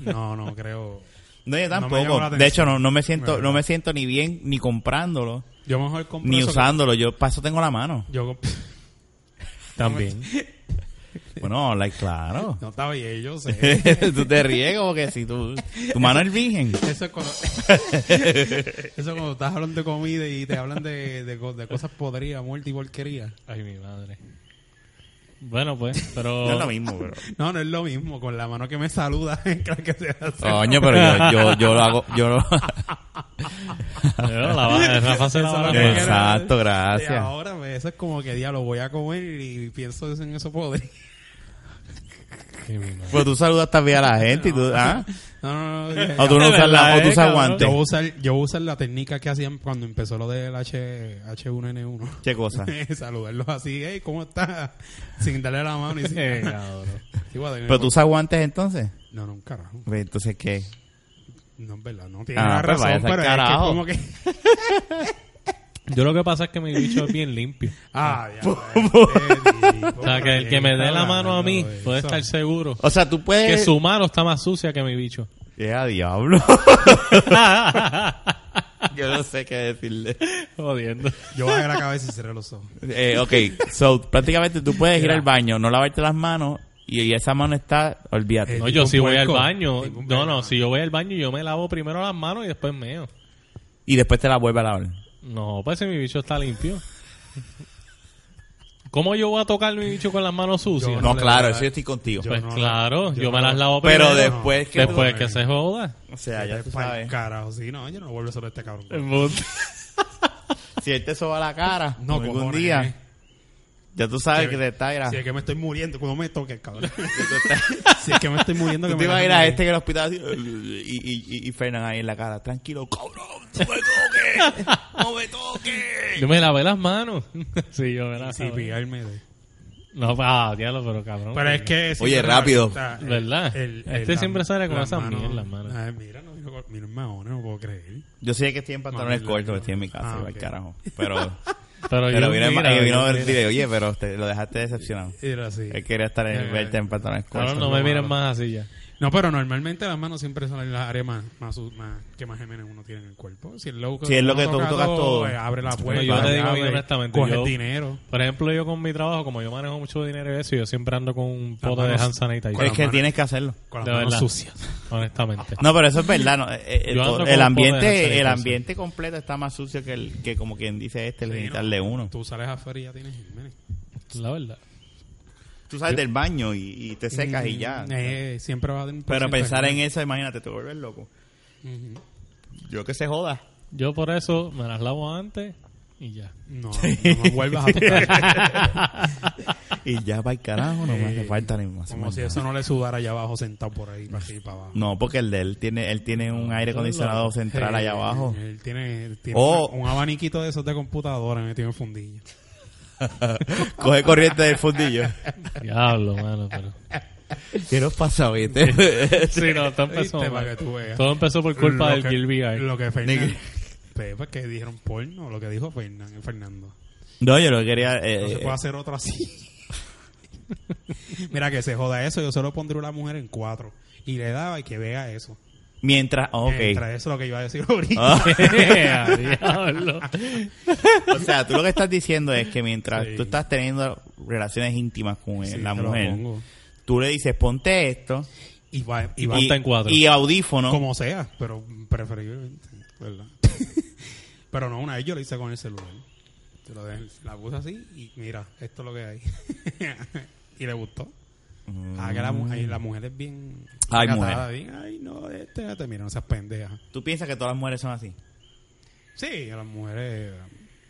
[SPEAKER 3] no, no, creo.
[SPEAKER 2] No,
[SPEAKER 3] No me
[SPEAKER 2] yo tampoco.
[SPEAKER 3] llamó la
[SPEAKER 2] de hecho,
[SPEAKER 3] atención.
[SPEAKER 2] no, no me siento,
[SPEAKER 3] ¿Verdad?
[SPEAKER 2] no me siento ni bien ni comprándolo,
[SPEAKER 3] Yo mejor compro
[SPEAKER 2] ni
[SPEAKER 3] eso que-
[SPEAKER 2] usándolo. Yo paso tengo la mano.
[SPEAKER 3] Yo comp-
[SPEAKER 1] También.
[SPEAKER 2] [LAUGHS] Bueno, like, claro.
[SPEAKER 3] [LAUGHS]
[SPEAKER 2] [LAUGHS]
[SPEAKER 3] No está bien, yo sé.
[SPEAKER 2] tú te ríes como que si tú, tu mano es virgen.
[SPEAKER 3] Eso es cuando,
[SPEAKER 2] [LAUGHS]
[SPEAKER 3] eso es cuando estás hablando de comida y te hablan de, de, co- de cosas podridas, muerte y porquería.
[SPEAKER 1] Ay, mi madre. Bueno, pues, [LAUGHS] pero...
[SPEAKER 2] No es lo mismo, pero.
[SPEAKER 3] No, no es lo mismo. Con la mano que me saluda, [LAUGHS] claro que se hace.
[SPEAKER 2] Coño, pero yo, yo, yo lo hago, yo [LAUGHS] lo...
[SPEAKER 1] Pero la va- Rafa se la
[SPEAKER 3] Eso
[SPEAKER 1] va a lavar.
[SPEAKER 3] no me queda.
[SPEAKER 2] Exacto,
[SPEAKER 3] Y
[SPEAKER 2] gracias.
[SPEAKER 3] ahora me ¿sabes? Eso es como que, diablo, voy a comer y pienso en eso podrido.
[SPEAKER 1] Sí, mi madre.
[SPEAKER 2] Pues tú saludas también a la gente y tú... ¿ah?
[SPEAKER 3] No,
[SPEAKER 2] [LAUGHS]
[SPEAKER 3] no, no. dije,
[SPEAKER 2] O Ah, tú no
[SPEAKER 1] De
[SPEAKER 2] usas, la,
[SPEAKER 1] verdad,
[SPEAKER 2] o tú
[SPEAKER 1] eh,
[SPEAKER 2] usas
[SPEAKER 1] cabrón.
[SPEAKER 2] guantes.
[SPEAKER 3] Yo voy, a usar, yo voy a usar la técnica que hacían cuando empezó lo del H, H1N1.
[SPEAKER 2] ¿Qué cosa?
[SPEAKER 3] [LAUGHS] Saludarlos así, hey, ¿cómo estás? Sin darle la mano. Y
[SPEAKER 2] [LAUGHS]
[SPEAKER 3] sin...
[SPEAKER 1] Eh, cabrón.
[SPEAKER 3] Sí, voy a tener-
[SPEAKER 2] ¿Pero tú usas guantes entonces?
[SPEAKER 3] No, no, un carajo.
[SPEAKER 2] Pues, Entonces, ¿qué?
[SPEAKER 3] No, es verdad, no tiene
[SPEAKER 2] Ah,
[SPEAKER 3] la
[SPEAKER 2] pues
[SPEAKER 3] razón,
[SPEAKER 2] vaya,
[SPEAKER 3] pero
[SPEAKER 2] carajo.
[SPEAKER 3] es que es como que...
[SPEAKER 1] Yo lo que pasa es que mi bicho es bien limpio.
[SPEAKER 3] Ah,
[SPEAKER 1] [LAUGHS]
[SPEAKER 3] ya. este tipo,
[SPEAKER 1] O sea, que el que me dé la mano a mí puede
[SPEAKER 3] Eso.
[SPEAKER 1] estar seguro
[SPEAKER 2] O sea, tú
[SPEAKER 1] que
[SPEAKER 2] puedes...
[SPEAKER 1] su mano está más sucia que mi bicho.
[SPEAKER 2] ¡Eh, a diablo! Yo no sé qué decirle.
[SPEAKER 1] [LAUGHS] Jodiendo.
[SPEAKER 3] Yo bajé la cabeza y cerré los ojos.
[SPEAKER 2] Eh, ok, so, prácticamente tú puedes ir al baño, no lavarte las manos y, y esa mano está... Olvídate.
[SPEAKER 1] No,
[SPEAKER 3] tipo
[SPEAKER 1] yo
[SPEAKER 3] un
[SPEAKER 1] si voy al
[SPEAKER 3] puerco.
[SPEAKER 1] baño.
[SPEAKER 3] Tipo un
[SPEAKER 1] No,
[SPEAKER 3] puerco.
[SPEAKER 1] no, si yo voy al baño, yo me lavo primero las manos y después meo.
[SPEAKER 2] Y después te la vuelve a lavar.
[SPEAKER 1] No, pues si mi bicho está limpio. ¿Cómo yo voy a tocar mi bicho con las manos sucias?
[SPEAKER 3] No
[SPEAKER 2] No,
[SPEAKER 3] le
[SPEAKER 2] claro,
[SPEAKER 3] voy a-
[SPEAKER 2] eso yo estoy contigo.
[SPEAKER 1] pues
[SPEAKER 3] yo no-
[SPEAKER 1] claro, yo,
[SPEAKER 3] yo
[SPEAKER 1] me
[SPEAKER 3] no-
[SPEAKER 1] las lavo primero.
[SPEAKER 2] Pero después que...
[SPEAKER 1] después
[SPEAKER 3] tú-
[SPEAKER 1] que se joda.
[SPEAKER 2] O sea, ya tú
[SPEAKER 3] Pa'l
[SPEAKER 2] sabes.
[SPEAKER 3] carajo, sí, no, yo no vuelvo solo a este cabrón.
[SPEAKER 2] Si él te soba la cara,
[SPEAKER 3] No,
[SPEAKER 2] algún
[SPEAKER 3] cojones,
[SPEAKER 2] día,
[SPEAKER 3] eh.
[SPEAKER 2] ya tú sabes que te está...
[SPEAKER 3] Si es
[SPEAKER 2] Mira,
[SPEAKER 3] que me estoy muriendo, cuando me toque,
[SPEAKER 2] [LAUGHS]
[SPEAKER 3] cabrón.
[SPEAKER 2] que tú estás-
[SPEAKER 3] si es que me estoy muriendo, que
[SPEAKER 2] Tú
[SPEAKER 3] me
[SPEAKER 2] te
[SPEAKER 3] la
[SPEAKER 2] imaginas a
[SPEAKER 3] toque.
[SPEAKER 2] este que en el hospital así, y, y, y, y Fernan ahí en la cara, tranquilo, cabrón, no me toques, no me
[SPEAKER 3] [LAUGHS]
[SPEAKER 2] toques.
[SPEAKER 1] Yo me lavé las manos. [LAUGHS] sí, yo me las
[SPEAKER 3] Sí, pues,
[SPEAKER 1] lavé.
[SPEAKER 3] pillarme de...
[SPEAKER 1] No, ah, diablo, pero cabrón.
[SPEAKER 3] Pero es que...
[SPEAKER 2] Oye,
[SPEAKER 3] siempre
[SPEAKER 2] rápido.
[SPEAKER 3] me gusta el-
[SPEAKER 1] ¿Verdad? Este siempre sale con
[SPEAKER 3] las
[SPEAKER 1] esas
[SPEAKER 3] manos.
[SPEAKER 1] mierdas, mano.
[SPEAKER 3] Ay, mira, no, mira, mira, Mahone, no puedo creer.
[SPEAKER 2] Yo sé que estoy en pantalones
[SPEAKER 3] Mami,
[SPEAKER 2] cortos,
[SPEAKER 3] la-
[SPEAKER 2] estoy en mi casa,
[SPEAKER 3] Ah,
[SPEAKER 2] iba al
[SPEAKER 3] ok.
[SPEAKER 2] carajo. Pero,
[SPEAKER 1] pero
[SPEAKER 2] pero
[SPEAKER 1] yo,
[SPEAKER 2] vino, el ma-
[SPEAKER 1] mira,
[SPEAKER 2] y vino
[SPEAKER 1] yo-
[SPEAKER 2] el video, oye, pero te, lo dejaste decepcionado.
[SPEAKER 3] Era así.
[SPEAKER 2] Él quería estar en, verte en pantalones
[SPEAKER 1] Cabrón,
[SPEAKER 2] cortos.
[SPEAKER 1] no
[SPEAKER 3] lo
[SPEAKER 1] me miren
[SPEAKER 3] malo.
[SPEAKER 1] más así ya.
[SPEAKER 3] No, pero normalmente las manos siempre son las áreas más, más, su- más- que más gemenes uno tiene en el cuerpo. Si es lo que,
[SPEAKER 2] Si es lo
[SPEAKER 3] uno
[SPEAKER 2] que tú
[SPEAKER 3] toca
[SPEAKER 2] tocas todo.
[SPEAKER 3] eh, abre la
[SPEAKER 1] Bueno,
[SPEAKER 3] puerta.
[SPEAKER 1] yo te digo
[SPEAKER 3] abre,
[SPEAKER 1] honestamente,
[SPEAKER 3] coge
[SPEAKER 1] yo-
[SPEAKER 3] dinero.
[SPEAKER 1] Por ejemplo, yo con mi trabajo, como yo manejo mucho dinero y eso, yo siempre ando con un pote de
[SPEAKER 3] manos-
[SPEAKER 1] hand sanitizer.
[SPEAKER 3] con
[SPEAKER 2] Es
[SPEAKER 3] las
[SPEAKER 2] que
[SPEAKER 3] manos.
[SPEAKER 2] tienes que hacerlo.
[SPEAKER 3] Con las
[SPEAKER 1] De
[SPEAKER 3] manos
[SPEAKER 1] verdad.
[SPEAKER 3] sucias.
[SPEAKER 1] Honestamente.
[SPEAKER 2] No, pero eso es verdad. no, eh, eh, el,
[SPEAKER 1] Yo ando
[SPEAKER 2] el
[SPEAKER 1] con un poco de
[SPEAKER 2] ambiente, el
[SPEAKER 1] sanitizer.
[SPEAKER 2] ambiente completo está más sucio que el que como quien dice este, el
[SPEAKER 3] Sí,
[SPEAKER 2] genital
[SPEAKER 3] no.
[SPEAKER 2] de uno.
[SPEAKER 3] Tú sales afuera y ya tienes gemenes.
[SPEAKER 1] La verdad.
[SPEAKER 2] Tú sales del baño y, y te secas y ya.
[SPEAKER 3] Eh, siempre vas a tener un
[SPEAKER 2] Pero
[SPEAKER 3] porcentaje.
[SPEAKER 2] pensar en eso, imagínate, te vuelves loco.
[SPEAKER 3] Ujú.
[SPEAKER 2] Yo que se joda.
[SPEAKER 1] Yo por eso me las lavo antes y ya.
[SPEAKER 2] [LAUGHS]
[SPEAKER 3] No, no me vuelvas a tocar.
[SPEAKER 2] Y ya para el carajo, no me hace falta ni más.
[SPEAKER 3] Como si eso no le sudara allá abajo sentado por ahí, para aquí y para abajo.
[SPEAKER 2] No, porque el de él tiene, él tiene un aire acondicionado central allá
[SPEAKER 3] Eh,
[SPEAKER 2] abajo.
[SPEAKER 3] Él tiene, él tiene
[SPEAKER 2] Oh.
[SPEAKER 3] un, un abaniquito de esos de computadora metido en fundillo.
[SPEAKER 2] [LAUGHS] Coge corriente del fundillo.
[SPEAKER 1] Diablo, mano, pero...
[SPEAKER 2] ¿Qué nos pasa, viste?
[SPEAKER 1] Sí, no, todo empezó
[SPEAKER 3] Viste,
[SPEAKER 1] mal.
[SPEAKER 3] para que tú veas.
[SPEAKER 1] Todo empezó por culpa
[SPEAKER 3] Lo
[SPEAKER 1] del
[SPEAKER 3] que-
[SPEAKER 1] Gilby Guy.
[SPEAKER 3] Lo que Fernando.
[SPEAKER 2] Nigga.
[SPEAKER 3] Pepa, que dijeron porno, lo que dijo Fernan- Fernando.
[SPEAKER 2] [LAUGHS] no, yo lo que quería...
[SPEAKER 3] No se
[SPEAKER 2] Eh,
[SPEAKER 3] puede hacer otro así. [LAUGHS] Mira, que se joda eso. Yo solo pondré una mujer en cuatro. Y le daba y que vea eso.
[SPEAKER 2] mientras... Ok.
[SPEAKER 3] Mientras eso es lo que iba a decir [LAUGHS] ahorita.
[SPEAKER 2] [LAUGHS] Ah,
[SPEAKER 1] [LAUGHS] Diablo.
[SPEAKER 2] o sea, tú lo que estás diciendo es que mientras
[SPEAKER 3] Sí.
[SPEAKER 2] tú estás teniendo relaciones íntimas con
[SPEAKER 3] Sí,
[SPEAKER 2] la
[SPEAKER 3] te lo
[SPEAKER 2] mujer,
[SPEAKER 3] pongo.
[SPEAKER 2] tú le dices, ponte esto
[SPEAKER 3] Y va, y
[SPEAKER 1] Y
[SPEAKER 3] va
[SPEAKER 1] ponte en cuatro.
[SPEAKER 2] y audífonos.
[SPEAKER 3] como sea, pero preferiblemente, ¿verdad? [LAUGHS] pero no, una vez yo lo hice con el celular. Te lo dejé, la puse así y mira, esto es lo que hay. [LAUGHS] y le gustó.
[SPEAKER 2] Mm.
[SPEAKER 3] Ah, que la, mu- ay, la
[SPEAKER 1] Mm.
[SPEAKER 3] mujer es bien.
[SPEAKER 2] Ay,
[SPEAKER 3] acatada, bien, ay, no, este, este, mira, no seas pendeja.
[SPEAKER 2] ¿Tú piensas que todas las mujeres son así?
[SPEAKER 3] Sí, a las mujeres.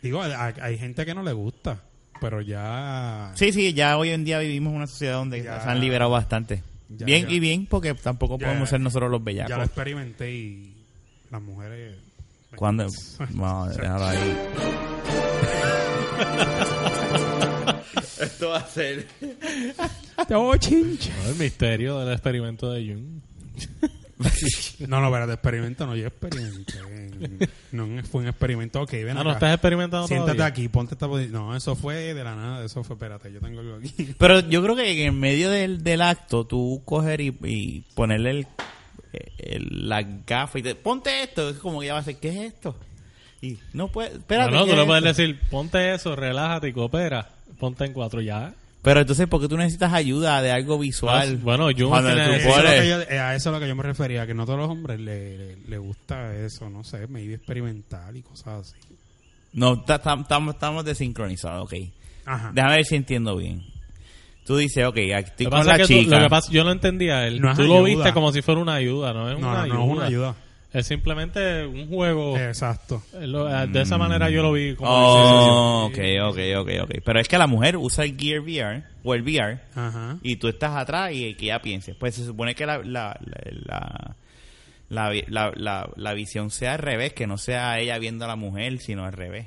[SPEAKER 3] Digo, a- a- hay gente que no le gusta, pero ya.
[SPEAKER 2] Sí, sí, ya hoy en día vivimos en una sociedad donde
[SPEAKER 3] Ya.
[SPEAKER 2] se han liberado bastante.
[SPEAKER 3] Ya,
[SPEAKER 2] bien
[SPEAKER 3] ya.
[SPEAKER 2] y bien, porque tampoco
[SPEAKER 3] Ya,
[SPEAKER 2] podemos
[SPEAKER 3] ya.
[SPEAKER 2] ser nosotros los
[SPEAKER 3] ya lo
[SPEAKER 2] bellacos.
[SPEAKER 3] experimenté y las mujeres. pues, [LAUGHS]
[SPEAKER 2] Cuando. No, déjalo ahí. Esto va a ser.
[SPEAKER 3] Te voy chincha.
[SPEAKER 1] No, el misterio del experimento de Jung.
[SPEAKER 3] No, no, pero de experimento no, yo experimenté. No en- fue un experimento que ven
[SPEAKER 1] Ah, no,
[SPEAKER 3] acá.
[SPEAKER 1] estás experimentando
[SPEAKER 3] Siéntate
[SPEAKER 1] todavía?
[SPEAKER 3] aquí, ponte esta posi- No, eso fue de la nada, eso fue, espérate, yo tengo algo aquí.
[SPEAKER 2] Pero yo creo que en el medio del, del acto, tú coger y, y ponerle el, el- la gafa y te. Ponte esto. Es como que ya va a ser, ¿qué es esto? Y no puede. Espérate.
[SPEAKER 1] no, no,
[SPEAKER 2] ¿qué
[SPEAKER 1] tú
[SPEAKER 2] es
[SPEAKER 1] le puedes
[SPEAKER 2] esto?
[SPEAKER 1] decir, ponte eso, relájate y coopera. Ponte en cuatro ya.
[SPEAKER 2] Pero entonces, ¿por qué tú necesitas ayuda de algo visual?
[SPEAKER 1] No, bueno, Jung
[SPEAKER 2] Cuando
[SPEAKER 1] tiene-
[SPEAKER 2] tú
[SPEAKER 3] Eso es lo
[SPEAKER 2] pones-
[SPEAKER 3] que yo- eh, a eso es a lo que yo me refería, que no todos los hombres le, le, le gusta eso, no sé, me iba a experimentar y cosas así.
[SPEAKER 2] No, ta- tam- tam- estamos desincronizados, ok.
[SPEAKER 3] Ajá.
[SPEAKER 2] Déjame ver si entiendo bien. Tú dices, ok, aquí
[SPEAKER 1] Ah. Lo que
[SPEAKER 2] estoy con
[SPEAKER 1] pasa
[SPEAKER 2] la
[SPEAKER 1] es que tú-
[SPEAKER 2] chica.
[SPEAKER 1] lo que pasa, yo lo entendía. él.
[SPEAKER 3] No es
[SPEAKER 1] tú lo
[SPEAKER 3] ayuda.
[SPEAKER 1] viste como si fuera una ayuda, ¿no? Es
[SPEAKER 3] no,
[SPEAKER 1] una
[SPEAKER 3] no,
[SPEAKER 1] ayuda.
[SPEAKER 3] no es una ayuda.
[SPEAKER 1] Es simplemente un juego.
[SPEAKER 3] Exacto.
[SPEAKER 1] Es lo- de esa manera yo lo vi. Como
[SPEAKER 2] Oh, ok,
[SPEAKER 1] dice, sí.
[SPEAKER 2] ok, ok, ok. Pero es que la mujer usa el Gear VR o el VR
[SPEAKER 3] Ajá.
[SPEAKER 2] y tú estás atrás y que ella piense. Pues se supone que la, la, la, la, la, la- la- la visión sea al revés, que no sea ella viendo a la mujer, sino al revés.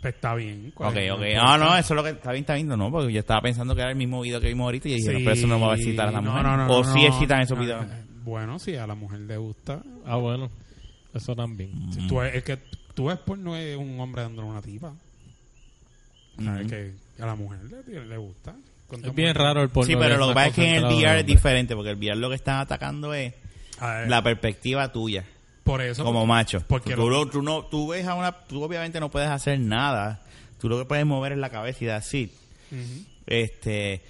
[SPEAKER 3] Pues está bien. Pues
[SPEAKER 2] Ok, ok. No, no, eso es lo que está bien, está viendo, ¿no? Porque yo estaba pensando que era el mismo video que vimos ahorita y dije, no, pero eso no va a excitar a la mujer.
[SPEAKER 3] No, no, no,
[SPEAKER 2] o
[SPEAKER 3] no,
[SPEAKER 2] sí
[SPEAKER 3] no.
[SPEAKER 2] excitan esos
[SPEAKER 3] No,
[SPEAKER 2] videos.
[SPEAKER 3] eh, Bueno, si a la mujer le gusta.
[SPEAKER 1] Ah, bueno. Eso también.
[SPEAKER 2] Mm.
[SPEAKER 3] Si tú, es que tú ves porno es un hombre dándole una tipa. O sea,
[SPEAKER 2] Ujú.
[SPEAKER 3] es que a la mujer le, le gusta.
[SPEAKER 1] Es bien raro el porno.
[SPEAKER 2] Sí,
[SPEAKER 1] de
[SPEAKER 2] pero lo que
[SPEAKER 1] esas
[SPEAKER 2] pasa es que en el
[SPEAKER 1] concentradas de
[SPEAKER 2] VR es
[SPEAKER 1] hombres.
[SPEAKER 2] diferente, porque el VR lo que están atacando es
[SPEAKER 3] A ver,
[SPEAKER 2] la perspectiva tuya.
[SPEAKER 3] Ah, eh, por eso.
[SPEAKER 2] como macho.
[SPEAKER 3] porque
[SPEAKER 2] tú,
[SPEAKER 3] lo-
[SPEAKER 2] no- tú no, tú ves a una, tú obviamente no puedes hacer nada. Tú lo que puedes mover es la cabeza y así.
[SPEAKER 3] Ujú.
[SPEAKER 2] Este,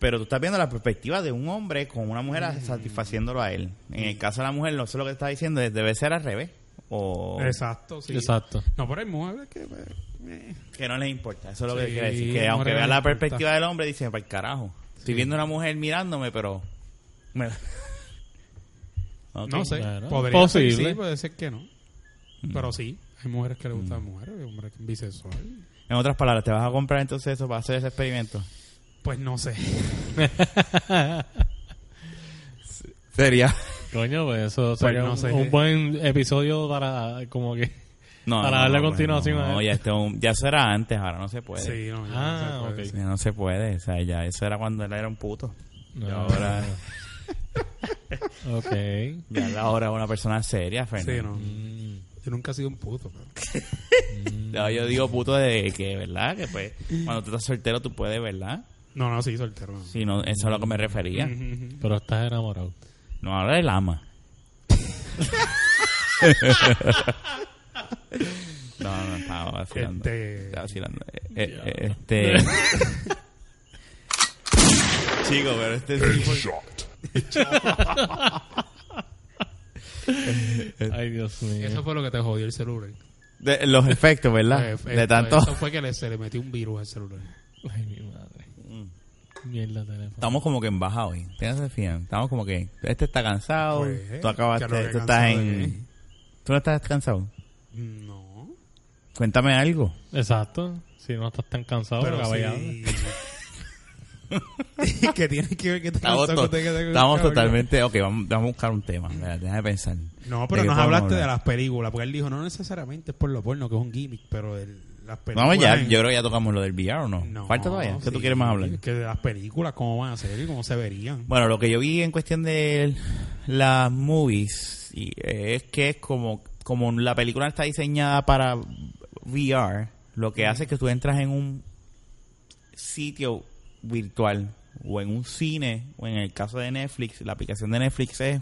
[SPEAKER 2] pero tú estás viendo la perspectiva de un hombre con una mujer
[SPEAKER 3] Mm.
[SPEAKER 2] satisfaciéndolo a él. En el caso de la mujer, no sé lo que está diciendo, es- debe ser al revés. O
[SPEAKER 3] Exacto, sí.
[SPEAKER 1] Exacto.
[SPEAKER 3] No, pero hay mujeres que. pues, eh.
[SPEAKER 2] que no les importa. Eso es lo que
[SPEAKER 3] Sí,
[SPEAKER 2] quiere decir.
[SPEAKER 3] a
[SPEAKER 2] Que
[SPEAKER 3] la
[SPEAKER 2] aunque
[SPEAKER 3] mujer no
[SPEAKER 2] vea
[SPEAKER 3] le
[SPEAKER 2] la
[SPEAKER 3] importa.
[SPEAKER 2] perspectiva del hombre, dicen, para el carajo. Estoy viendo una mujer mirándome, pero. me- [LAUGHS] Ok.
[SPEAKER 3] No sé.
[SPEAKER 1] Claro.
[SPEAKER 3] Podría
[SPEAKER 1] Posible.
[SPEAKER 3] Ser, que sí, puede ser que no. Pero sí, hay mujeres que le gustan mujeres, hay hombres que- bisexuales.
[SPEAKER 2] En otras palabras, ¿te vas a comprar entonces eso para hacer ese experimento?
[SPEAKER 3] Pues no sé.
[SPEAKER 2] Sería.
[SPEAKER 1] [LAUGHS] Coño, pues eso sería
[SPEAKER 3] no
[SPEAKER 1] un-
[SPEAKER 3] sé.
[SPEAKER 1] un, buen episodio para como que...
[SPEAKER 2] No,
[SPEAKER 1] Para
[SPEAKER 2] no,
[SPEAKER 1] darle
[SPEAKER 2] no,
[SPEAKER 1] continuación
[SPEAKER 2] bueno,
[SPEAKER 1] a
[SPEAKER 2] no,
[SPEAKER 1] él.
[SPEAKER 2] ya, esto es un- ya eso era antes, ahora no se puede.
[SPEAKER 3] Sí, no, ya
[SPEAKER 1] Ah,
[SPEAKER 3] no se puede.
[SPEAKER 1] ok.
[SPEAKER 2] Ya no se puede, o sea, ya eso era cuando él era un puto.
[SPEAKER 1] [LAUGHS] No.
[SPEAKER 2] ahora-
[SPEAKER 1] ok.
[SPEAKER 2] Ya él ahora es una persona seria,
[SPEAKER 3] Sí,
[SPEAKER 2] Fernando.
[SPEAKER 3] no.
[SPEAKER 1] Mm,
[SPEAKER 3] Yo nunca he sido un puto. pero-
[SPEAKER 2] No, yo digo puto de que, ¿verdad? Que pues, cuando tú estás soltero tú puedes, ¿verdad?
[SPEAKER 3] No, no, sí, soltero. no.
[SPEAKER 2] Si no, eso es a lo que me refería.
[SPEAKER 3] Ujú, ujú.
[SPEAKER 1] pero estás enamorado.
[SPEAKER 2] No, ahora el ama. no, no, estaba vacilando.
[SPEAKER 3] Este-
[SPEAKER 2] Estaba vacilando. Eh, eh, eh, este... Chico, pero este tipo...
[SPEAKER 1] Ay, Dios mío.
[SPEAKER 3] Eso fue lo que te jodió el celular.
[SPEAKER 2] De- los efectos, ¿verdad?
[SPEAKER 3] Pues,
[SPEAKER 2] de
[SPEAKER 3] esto-
[SPEAKER 2] tanto...
[SPEAKER 3] Eso fue que le, se le metió un virus al celular.
[SPEAKER 1] Ay, mi madre.
[SPEAKER 2] Mm.
[SPEAKER 1] Mierda, teléfono.
[SPEAKER 2] Estamos como que en baja hoy. Ténganse fijan. Estamos como que... Este está cansado.
[SPEAKER 3] Pues,
[SPEAKER 2] tú acabaste...
[SPEAKER 3] que lo que
[SPEAKER 2] Tú estás
[SPEAKER 3] cansado
[SPEAKER 2] en... ¿Tú no estás cansado?
[SPEAKER 3] No.
[SPEAKER 2] Cuéntame algo.
[SPEAKER 1] Exacto. Si no estás tan cansado,
[SPEAKER 3] Pero
[SPEAKER 1] acaba ya.
[SPEAKER 3] sí. [LAUGHS] que tiene que ver que te
[SPEAKER 2] Estamos,
[SPEAKER 3] cansó,
[SPEAKER 2] to-
[SPEAKER 3] que te- que te-
[SPEAKER 2] estamos
[SPEAKER 3] cabrón.
[SPEAKER 2] totalmente... Ok, vamos, vamos a buscar un tema. Espera, Déjame pensar.
[SPEAKER 3] No,
[SPEAKER 2] ¿De
[SPEAKER 3] pero
[SPEAKER 2] qué
[SPEAKER 3] nos
[SPEAKER 2] podemos
[SPEAKER 3] hablaste
[SPEAKER 2] hablar?
[SPEAKER 3] de las películas, porque él dijo, no necesariamente es por lo porno, que es un gimmick, pero el- las películas...
[SPEAKER 2] Vamos ya.
[SPEAKER 3] en-
[SPEAKER 2] Yo creo que ya tocamos lo del VR, ¿o no?
[SPEAKER 3] ¿eh? No,
[SPEAKER 2] Falta todavía. ¿Qué tú
[SPEAKER 3] sí,
[SPEAKER 2] quieres más hablar?
[SPEAKER 3] Que de las películas, cómo van a ser y cómo se verían.
[SPEAKER 2] Bueno, lo que yo vi en cuestión de las movies y, eh, es que es como, como la película está diseñada para VR, lo que hace es que tú entras en un sitio virtual o en un cine o en el caso de Netflix, la aplicación de Netflix es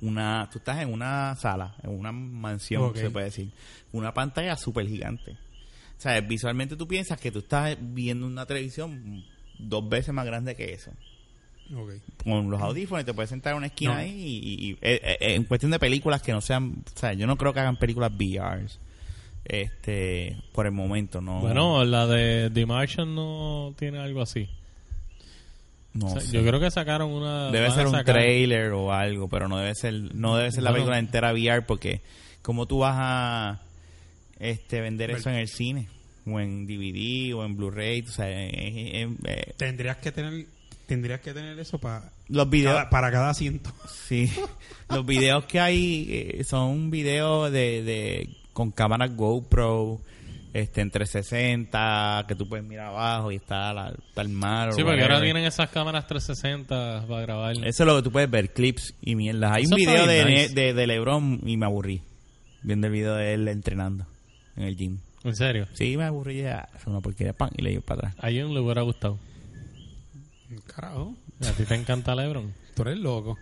[SPEAKER 2] una, tú estás en una sala, en una mansión,
[SPEAKER 3] Ok.
[SPEAKER 2] se puede decir, una pantalla súper gigante. O sea, visualmente tú piensas que tú estás viendo una televisión dos veces más grande que eso
[SPEAKER 3] Ok.
[SPEAKER 2] con los audífonos y te puedes sentar en una esquina
[SPEAKER 3] No.
[SPEAKER 2] ahí y, y- y, eh, eh, en cuestión de películas que no sean o sea yo no creo que hagan películas VR este por el momento no
[SPEAKER 1] Bueno, la de The Martian no tiene algo así.
[SPEAKER 2] no
[SPEAKER 1] O sea,
[SPEAKER 2] sé.
[SPEAKER 1] yo creo que sacaron una...
[SPEAKER 2] debe
[SPEAKER 1] van a
[SPEAKER 2] ser un
[SPEAKER 1] sacar-
[SPEAKER 2] trailer o algo pero no debe ser no debe ser la
[SPEAKER 1] Bueno.
[SPEAKER 2] película entera VR porque como tú vas a este vender eso en el cine o en DVD o en Blu-ray o sea
[SPEAKER 3] Tendrías que tener tendrías que tener eso para
[SPEAKER 2] eh, los videos
[SPEAKER 3] cada, para cada asiento. [LAUGHS]
[SPEAKER 2] Sí, los videos que hay eh, son videos de, de con cámaras GoPro, este en 360, que tú puedes mirar abajo y está, la, está el mar. o
[SPEAKER 1] Sí, porque ahora
[SPEAKER 2] whatever.
[SPEAKER 1] tienen esas cámaras 360 para grabar.
[SPEAKER 2] Eso es lo que tú puedes ver, clips y mierdas. Hay
[SPEAKER 1] Eso
[SPEAKER 2] un
[SPEAKER 1] está
[SPEAKER 2] video de,
[SPEAKER 1] bien nice.
[SPEAKER 2] de, de LeBron y me aburrí. Viendo el video de él entrenando en el gym.
[SPEAKER 1] En serio.
[SPEAKER 2] Sí, me aburrí ya. Es una porquería, pan, y le di para atrás.
[SPEAKER 1] A Jun le hubiera gustado.
[SPEAKER 3] Carajo,
[SPEAKER 1] A ti te encanta LeBron.
[SPEAKER 3] tú eres loco.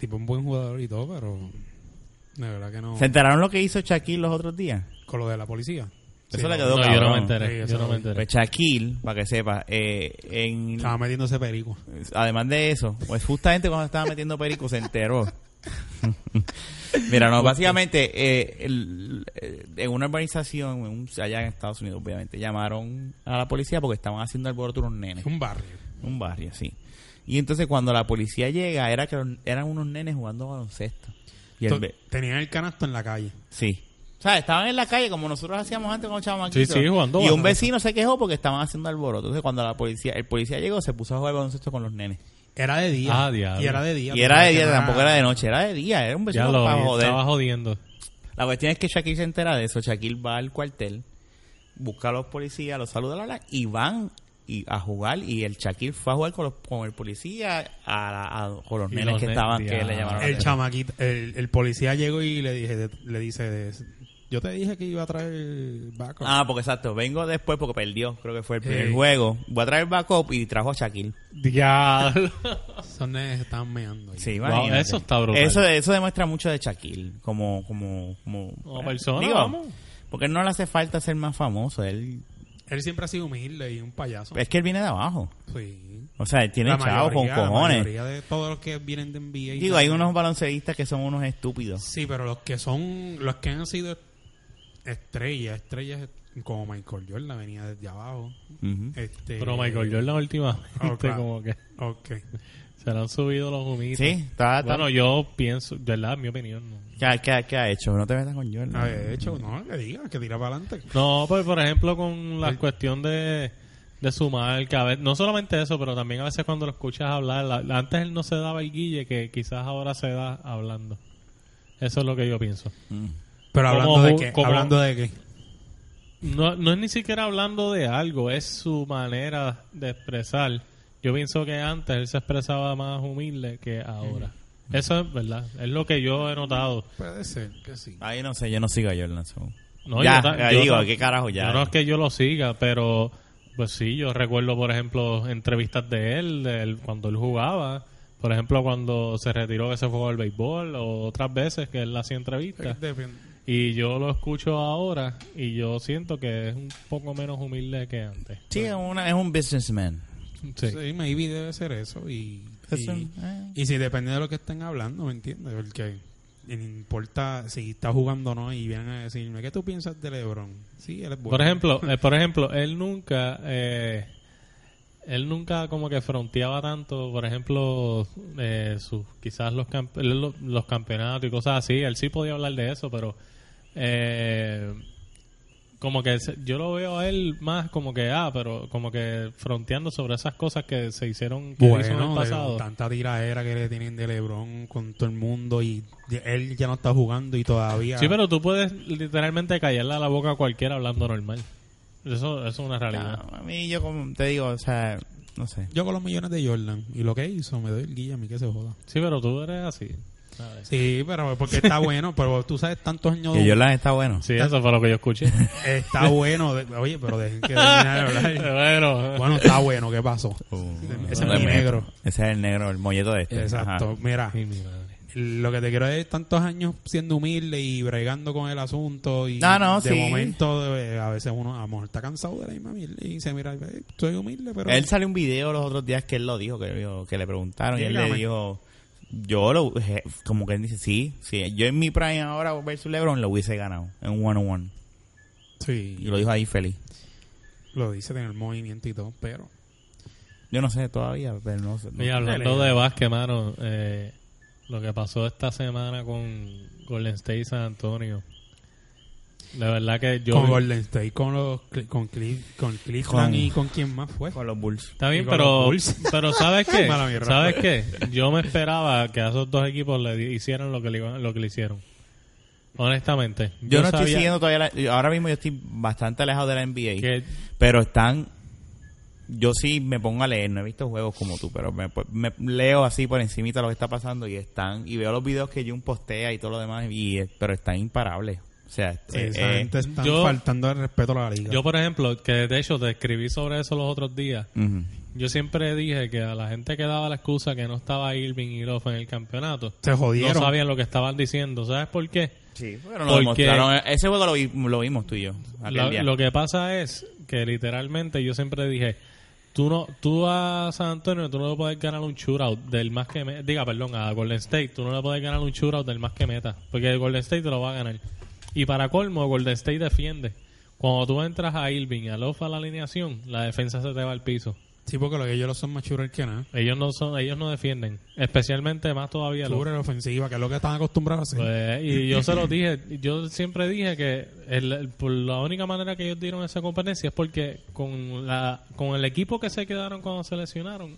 [SPEAKER 3] tipo un buen jugador y todo, pero de verdad que no.
[SPEAKER 2] ¿Se enteraron lo que hizo Shaquille los otros días?
[SPEAKER 3] Con lo de la policía.
[SPEAKER 2] [LAUGHS] Eso
[SPEAKER 3] Sí,
[SPEAKER 2] le
[SPEAKER 3] no.
[SPEAKER 2] quedó
[SPEAKER 1] No, yo no
[SPEAKER 2] cabrón.
[SPEAKER 1] me enteré.
[SPEAKER 3] Sí,
[SPEAKER 1] Yo no me
[SPEAKER 3] eso-
[SPEAKER 1] enteré.
[SPEAKER 2] Pues Shaquille, para que sepa, eh, en
[SPEAKER 3] Estaba metiéndose perico.
[SPEAKER 2] Además de eso, pues justamente cuando estaba metiendo perico se enteró. [LAUGHS] Mira, no, básicamente eh, el- eh, en una urbanización en un- allá en Estados Unidos, obviamente, llamaron a la policía porque estaban haciendo alboroto unos nenes.
[SPEAKER 3] Es un barrio.
[SPEAKER 2] Un barrio, sí. Y entonces cuando la policía llega, era que los- eran unos nenes jugando baloncesto. Y el
[SPEAKER 3] To-
[SPEAKER 2] be-
[SPEAKER 3] Tenían el canasto en la calle.
[SPEAKER 2] sí. O sea, estaban en la calle como nosotros hacíamos antes con chamaquitos.
[SPEAKER 1] Sí, sí, jugando
[SPEAKER 2] Y un
[SPEAKER 1] baloncesto.
[SPEAKER 2] vecino se quejó porque estaban haciendo alboroto. Entonces cuando la policía, el policía llegó, se puso a jugar baloncesto con los nenes.
[SPEAKER 3] Era de día.
[SPEAKER 1] Ah, diablo.
[SPEAKER 3] Y era de día.
[SPEAKER 2] Y era de
[SPEAKER 3] porque
[SPEAKER 2] día,
[SPEAKER 3] no
[SPEAKER 2] tampoco era de noche, era de día, era un
[SPEAKER 3] Pues
[SPEAKER 1] Ya
[SPEAKER 2] vecino
[SPEAKER 1] lo
[SPEAKER 2] para
[SPEAKER 1] vi,
[SPEAKER 2] joder.
[SPEAKER 1] estaba jodiendo.
[SPEAKER 2] La cuestión es que Shaquille se entera de eso. Shaquille va al cuartel, busca a los policías, los saluda la, la, y van y, a jugar. Y el Shaquille fue a jugar con, los- con el policía, a, la- a- con los
[SPEAKER 1] Y
[SPEAKER 2] nenes
[SPEAKER 1] los
[SPEAKER 2] que
[SPEAKER 1] nenes,
[SPEAKER 2] estaban, que
[SPEAKER 1] ya.
[SPEAKER 2] le llamaron. la
[SPEAKER 3] El
[SPEAKER 2] atención.
[SPEAKER 3] chamaquito, el, el policía llegó y le dije, le dice, yo te dije que iba a traer backup.
[SPEAKER 2] Ah, porque exacto, vengo después porque perdió, creo que fue el primer
[SPEAKER 3] Ey.
[SPEAKER 2] juego. Voy a traer backup y trajo a Shaquille.
[SPEAKER 3] [LAUGHS]
[SPEAKER 1] Diablo.
[SPEAKER 3] Esos nenes estaban meando. ahí.
[SPEAKER 2] Sí,
[SPEAKER 1] Wow,
[SPEAKER 2] imagínate.
[SPEAKER 1] eso está brutal.
[SPEAKER 2] Eso, eso demuestra mucho de Shaquille como, como, como,
[SPEAKER 1] Como persona,
[SPEAKER 2] Digo,
[SPEAKER 1] vamos.
[SPEAKER 2] Porque no le hace falta ser más famoso. Él,
[SPEAKER 3] Él siempre ha sido humilde y un payaso.
[SPEAKER 2] es que él viene de abajo.
[SPEAKER 3] Sí.
[SPEAKER 2] O sea, él tiene
[SPEAKER 3] La
[SPEAKER 2] chavo con
[SPEAKER 3] mayoría- la
[SPEAKER 2] cojones.
[SPEAKER 3] mayoría de todos los que vienen de NBA.
[SPEAKER 2] Digo, hay unos baloncelistas que son unos estúpidos.
[SPEAKER 3] Sí, pero los que son, los que han sido estrellas, estrellas como Michael Jordan venía desde abajo. Este,
[SPEAKER 1] Pero Michael Jordan últimamente
[SPEAKER 3] Oh, claro.
[SPEAKER 1] como que
[SPEAKER 3] Ok.
[SPEAKER 1] se le han subido los humitos.
[SPEAKER 2] Sí, está, está-
[SPEAKER 1] Bueno, yo pienso, ¿verdad? Mi opinión. No,
[SPEAKER 2] ¿Qué, qué, qué ha hecho? No te metas con Jordan.
[SPEAKER 3] Ah, De hecho, no, que diga, que tira para adelante.
[SPEAKER 1] no pues por ejemplo con la cuestión de, de su marca. A ver, no solamente eso, pero también a veces cuando lo escuchas hablar, la- antes él no se daba el guille que quizás ahora se da hablando. Eso es lo que yo pienso.
[SPEAKER 2] Mm.
[SPEAKER 3] Pero
[SPEAKER 1] ¿Cómo
[SPEAKER 3] hablando de
[SPEAKER 1] ju-
[SPEAKER 3] qué,
[SPEAKER 1] cómo-
[SPEAKER 3] hablando de qué.
[SPEAKER 1] No, no es ni siquiera hablando de algo, es su manera de expresar. Yo pienso que antes él se expresaba más humilde que ahora. Eso es verdad, es lo que yo he notado.
[SPEAKER 3] Puede ser que sí.
[SPEAKER 2] Ay, no sé, yo no sigo a Jordan. so.
[SPEAKER 1] No,
[SPEAKER 2] ya,
[SPEAKER 1] yo ta-
[SPEAKER 2] ya
[SPEAKER 1] yo
[SPEAKER 2] digo,
[SPEAKER 1] ta-
[SPEAKER 2] ¿qué carajo pues ya?
[SPEAKER 1] yo no es que yo lo siga, pero pues sí, yo recuerdo, por ejemplo, entrevistas de él, de él cuando él jugaba. Por ejemplo, cuando se retiró que se fue al béisbol o otras veces que él hacía entrevistas.
[SPEAKER 3] Depende.
[SPEAKER 1] Y yo lo escucho ahora y yo siento que es un poco menos humilde que antes.
[SPEAKER 2] Sí, es una- es un businessman.
[SPEAKER 1] Sí.
[SPEAKER 3] Sí, maybe debe ser eso. Y,
[SPEAKER 2] Eso,
[SPEAKER 3] y,
[SPEAKER 2] eh.
[SPEAKER 3] y si depende de lo que estén hablando, ¿me entiendes? Porque no importa si está jugando o no y vienen a decirme, ¿qué tú piensas de LeBron? Sí, él es bueno.
[SPEAKER 1] Por ejemplo, eh, por ejemplo, él nunca, eh, él nunca como que fronteaba tanto, por ejemplo, eh, sus, quizás los, camp- él lo- los campeonatos y cosas así. Él sí podía hablar de eso, pero eh, como que se- yo lo veo a él más como que, ah, pero como que fronteando sobre esas cosas que se hicieron, que hizo en el
[SPEAKER 3] bueno, de
[SPEAKER 1] pasado.
[SPEAKER 3] tanta tiradera que le tienen de LeBron con todo el mundo y de- él ya no está jugando y todavía.
[SPEAKER 1] Sí, pero tú puedes literalmente callarle la boca a cualquiera hablando normal. Eso, eso es una realidad.
[SPEAKER 2] Ah, a mí yo como te digo, o sea, no sé.
[SPEAKER 3] Yo con los millones de Jordan y lo que hizo, me doy el guía a mí que se joda.
[SPEAKER 1] Sí, pero tú eres así. ¿sabes?
[SPEAKER 3] Sí, pero porque
[SPEAKER 1] [LAUGHS]
[SPEAKER 3] está bueno, pero tú sabes tantos años.
[SPEAKER 2] Que Jordan está bueno.
[SPEAKER 1] Sí, eso fue lo que yo
[SPEAKER 3] [LAUGHS]
[SPEAKER 1] escuché.
[SPEAKER 3] Está bueno. de- oye, pero dejen que terminar de
[SPEAKER 1] [LAUGHS]
[SPEAKER 3] hablar.
[SPEAKER 1] bueno,
[SPEAKER 3] Bueno, está bueno, ¿qué pasó?
[SPEAKER 2] Uh,
[SPEAKER 3] Ese es
[SPEAKER 2] le
[SPEAKER 3] mi
[SPEAKER 2] meto.
[SPEAKER 3] negro.
[SPEAKER 2] Ese es el negro, el molleto de este.
[SPEAKER 3] Exacto.
[SPEAKER 2] Ajá.
[SPEAKER 3] Mira,
[SPEAKER 1] Ay, Eh, mi madre.
[SPEAKER 3] lo que te quiero es tantos años siendo humilde y bregando con el asunto y
[SPEAKER 2] No, no,
[SPEAKER 3] de
[SPEAKER 2] sí.
[SPEAKER 3] momento eh, a veces uno a lo mejor está cansado de la misma mierda y dice, mira, eh, soy humilde, pero...
[SPEAKER 2] Él sale un video los otros días que él lo dijo, que, dijo- que le preguntaron y él le
[SPEAKER 3] Dígame.
[SPEAKER 2] dijo, yo lo, je- como que él dice, sí, sí, yo en mi prime ahora versus LeBron lo hubiese ganado en un one on one. Y
[SPEAKER 3] Sí,
[SPEAKER 2] lo dijo ahí feliz.
[SPEAKER 3] lo dice en el movimiento y todo, pero...
[SPEAKER 2] Yo no sé todavía, pero no sé. no-
[SPEAKER 1] Oye, hablando
[SPEAKER 3] Dale.
[SPEAKER 1] de básquet, mano, eh, lo que pasó esta semana con Golden State y San Antonio. La verdad que yo...
[SPEAKER 3] con Golden State, con los... Cle- Con, Cle- con Cleveland
[SPEAKER 2] Con-
[SPEAKER 3] y con quién más fue.
[SPEAKER 2] Con los Bulls.
[SPEAKER 1] Está bien,
[SPEAKER 3] y con los
[SPEAKER 1] pero,
[SPEAKER 3] Bulls.
[SPEAKER 1] [LAUGHS] pero ¿sabes qué?
[SPEAKER 3] [LAUGHS] Mala mía, Rafa.
[SPEAKER 1] ¿Sabes qué? Yo me esperaba que a esos dos equipos le di- hicieran lo que le, iban- lo que le hicieron. Honestamente.
[SPEAKER 2] Yo, no estoy
[SPEAKER 1] sabía
[SPEAKER 2] siguiendo todavía, la- ahora mismo yo estoy bastante alejado de la NBA.
[SPEAKER 1] que
[SPEAKER 2] Pero están. Yo sí me pongo a leer, no he visto juegos como tú, pero me, pues, me leo así por encimita lo que está pasando y están. Y veo los videos que Jun postea y todo lo demás, y, eh, pero están imparables. O sea,
[SPEAKER 3] Sí,
[SPEAKER 2] eh,
[SPEAKER 3] esa
[SPEAKER 2] eh,
[SPEAKER 3] gente está
[SPEAKER 1] yo-
[SPEAKER 3] faltando el respeto a la liga.
[SPEAKER 1] Yo, por ejemplo, que de hecho te escribí sobre eso los otros días.
[SPEAKER 2] ujú.
[SPEAKER 1] Yo siempre dije que a la gente que daba la excusa que no estaba Irving y Love en el campeonato,
[SPEAKER 3] Se jodieron.
[SPEAKER 1] no sabían lo que estaban diciendo. ¿Sabes por qué?
[SPEAKER 2] Sí, pero lo
[SPEAKER 1] Porque-
[SPEAKER 2] demostraron. Ese juego lo, vi- lo vimos tú y yo. aquel
[SPEAKER 1] La-
[SPEAKER 2] día.
[SPEAKER 1] lo que pasa es que literalmente yo siempre dije, tú no tú a San Antonio tú no le puedes ganar un shootout del más que meta. Diga, perdón, a Golden State tú no le puedes ganar un shootout del más que meta. Porque Golden State te lo va a ganar. Y para colmo, Golden State defiende. Cuando tú entras a Irving y a Love a la alineación, la defensa se te va al piso.
[SPEAKER 3] Sí, porque los, ellos lo son más churros que nada.
[SPEAKER 1] Ellos no son, ellos no defienden, especialmente más todavía los,
[SPEAKER 3] Churros ofensiva, que es lo que están acostumbrados a hacer.
[SPEAKER 1] Pues, y yo se lo dije, yo siempre dije que el- el- por la única manera que ellos dieron esa competencia es porque con la con el equipo que se quedaron cuando se lesionaron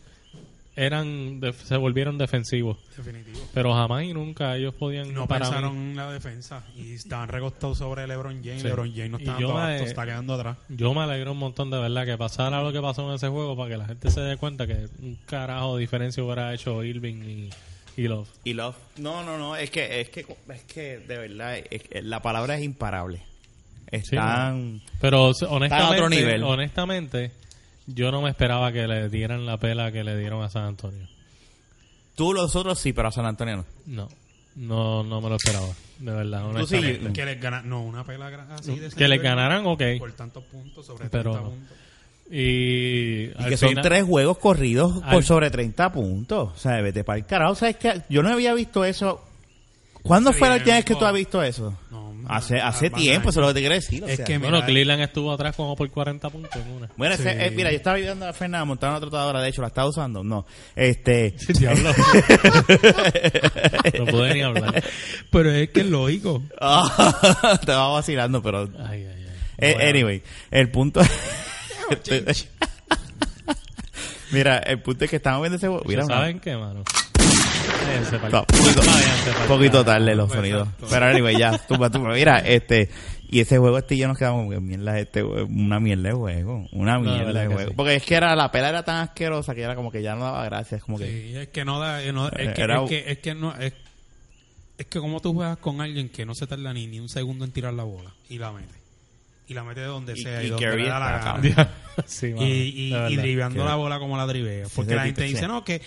[SPEAKER 1] eran def- se volvieron defensivos,
[SPEAKER 2] Pues,
[SPEAKER 3] Definitivo.
[SPEAKER 1] pero jamás y nunca ellos podían
[SPEAKER 3] No
[SPEAKER 1] para mí.
[SPEAKER 3] pensaron en la defensa y estaban recostados sobre LeBron James.
[SPEAKER 1] Sí.
[SPEAKER 3] LeBron James no
[SPEAKER 1] Y
[SPEAKER 3] está,
[SPEAKER 1] yo eh,
[SPEAKER 3] dando
[SPEAKER 1] me-
[SPEAKER 3] abasto, está quedando atrás.
[SPEAKER 1] Yo me alegro un montón de verdad que pasara lo que pasó en ese juego para que la gente se dé cuenta que un carajo de diferencia hubiera hecho Irving y, y Love.
[SPEAKER 2] Y Love. No, no, no. Es que, es que, es que de verdad, es que la palabra es imparable. Están.
[SPEAKER 1] Pero s- honestamente,
[SPEAKER 2] otro nivel.
[SPEAKER 1] honestamente, yo no me esperaba que le dieran la pela que le dieron a San Antonio.
[SPEAKER 2] Tú los otros sí, pero a San Antonio no.
[SPEAKER 1] No, no, no me lo esperaba, de verdad.
[SPEAKER 2] Tú sí,
[SPEAKER 1] honestamente.
[SPEAKER 3] Que les gana, no, una pela gra- así de ese
[SPEAKER 1] que le
[SPEAKER 3] nivel,
[SPEAKER 1] ganaran, ok.
[SPEAKER 3] Por tantos puntos, sobre
[SPEAKER 1] Pero
[SPEAKER 3] 30
[SPEAKER 1] no.
[SPEAKER 3] puntos.
[SPEAKER 1] Y,
[SPEAKER 2] Y
[SPEAKER 1] al
[SPEAKER 2] que son
[SPEAKER 1] final-
[SPEAKER 2] tres juegos corridos
[SPEAKER 1] al-
[SPEAKER 2] por sobre 30 puntos. O sea, vete para el carajo. ¿Sabes que Yo no había visto eso. ¿Cuándo
[SPEAKER 3] Hace
[SPEAKER 2] fue la última vez
[SPEAKER 3] tiempo.
[SPEAKER 2] que tú has visto eso?
[SPEAKER 3] No,
[SPEAKER 2] hace
[SPEAKER 3] no,
[SPEAKER 2] hace
[SPEAKER 3] no,
[SPEAKER 2] tiempo,
[SPEAKER 3] no.
[SPEAKER 2] eso es lo que eh. te quiero decir. o
[SPEAKER 3] Es
[SPEAKER 2] sea.
[SPEAKER 3] que
[SPEAKER 1] Bueno,
[SPEAKER 3] Mira,
[SPEAKER 1] Cleveland estuvo atrás como por 40 puntos en
[SPEAKER 3] [LAUGHS]
[SPEAKER 1] una.
[SPEAKER 2] Bueno, ese-
[SPEAKER 3] Sí.
[SPEAKER 2] eh, mira, yo estaba ayudando a Fernanda a montar una trotadora, de hecho, ¿la estaba usando? No. Este, [LAUGHS]
[SPEAKER 1] Diablo. no pude ni hablar.
[SPEAKER 3] Pero es que es lógico.
[SPEAKER 2] Ah, te va vacilando, pero...
[SPEAKER 1] Ay, ay, ay.
[SPEAKER 2] eh,
[SPEAKER 1] Bueno.
[SPEAKER 2] Anyway, el punto... [LAUGHS] mira, el punto es que estamos viendo ese... Mira,
[SPEAKER 1] Mira,
[SPEAKER 2] una-
[SPEAKER 1] ¿Saben qué, mano? Váyanse pa'l-
[SPEAKER 2] No, poquito-
[SPEAKER 1] váyanse pa'l- [LAUGHS]
[SPEAKER 2] Un poquito tarde los
[SPEAKER 3] Exacto.
[SPEAKER 2] sonidos. Pero anyway, ya, tumba, tumba. Mira, este, y ese juego este y yo nos quedamos como que mierda, este, jue- una mierda de juego, una
[SPEAKER 1] la
[SPEAKER 2] mierda
[SPEAKER 1] verdad
[SPEAKER 2] de
[SPEAKER 1] que
[SPEAKER 2] juego.
[SPEAKER 1] sí.
[SPEAKER 2] Porque es que era, la pela era tan asquerosa que era como que ya no daba gracias, como que,
[SPEAKER 3] Sí, es que no da. eh, no- es, que,
[SPEAKER 2] Era-
[SPEAKER 3] es, que, es que no. Es, es que como tú juegas con alguien que no se tarda ni, ni un segundo en tirar la bola y la mete. Y la mete de donde
[SPEAKER 2] Y-
[SPEAKER 3] sea
[SPEAKER 2] y
[SPEAKER 3] y, donde
[SPEAKER 2] Curry
[SPEAKER 3] le da la
[SPEAKER 2] está
[SPEAKER 3] gana.
[SPEAKER 2] cabrón.
[SPEAKER 1] Sí,
[SPEAKER 3] Y,
[SPEAKER 1] mano,
[SPEAKER 3] y,
[SPEAKER 1] de
[SPEAKER 3] y
[SPEAKER 1] verdad.
[SPEAKER 3] driblando
[SPEAKER 2] que-
[SPEAKER 3] la bola como la drivea. Porque
[SPEAKER 2] ese
[SPEAKER 3] la gente
[SPEAKER 2] tipo-
[SPEAKER 3] dice,
[SPEAKER 2] sí.
[SPEAKER 3] no, que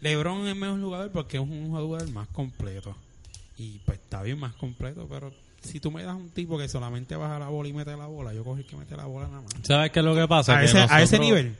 [SPEAKER 3] LeBron es mejor jugador porque es un jugador más completo. Y pues está bien más completo, pero si tú me das un tipo que solamente baja la bola y mete la bola, yo cogí el que mete la bola nada más.
[SPEAKER 1] ¿Sabes qué es lo que pasa?
[SPEAKER 3] a,
[SPEAKER 1] Que
[SPEAKER 3] ese, a ese
[SPEAKER 1] nosotros-
[SPEAKER 3] nivel.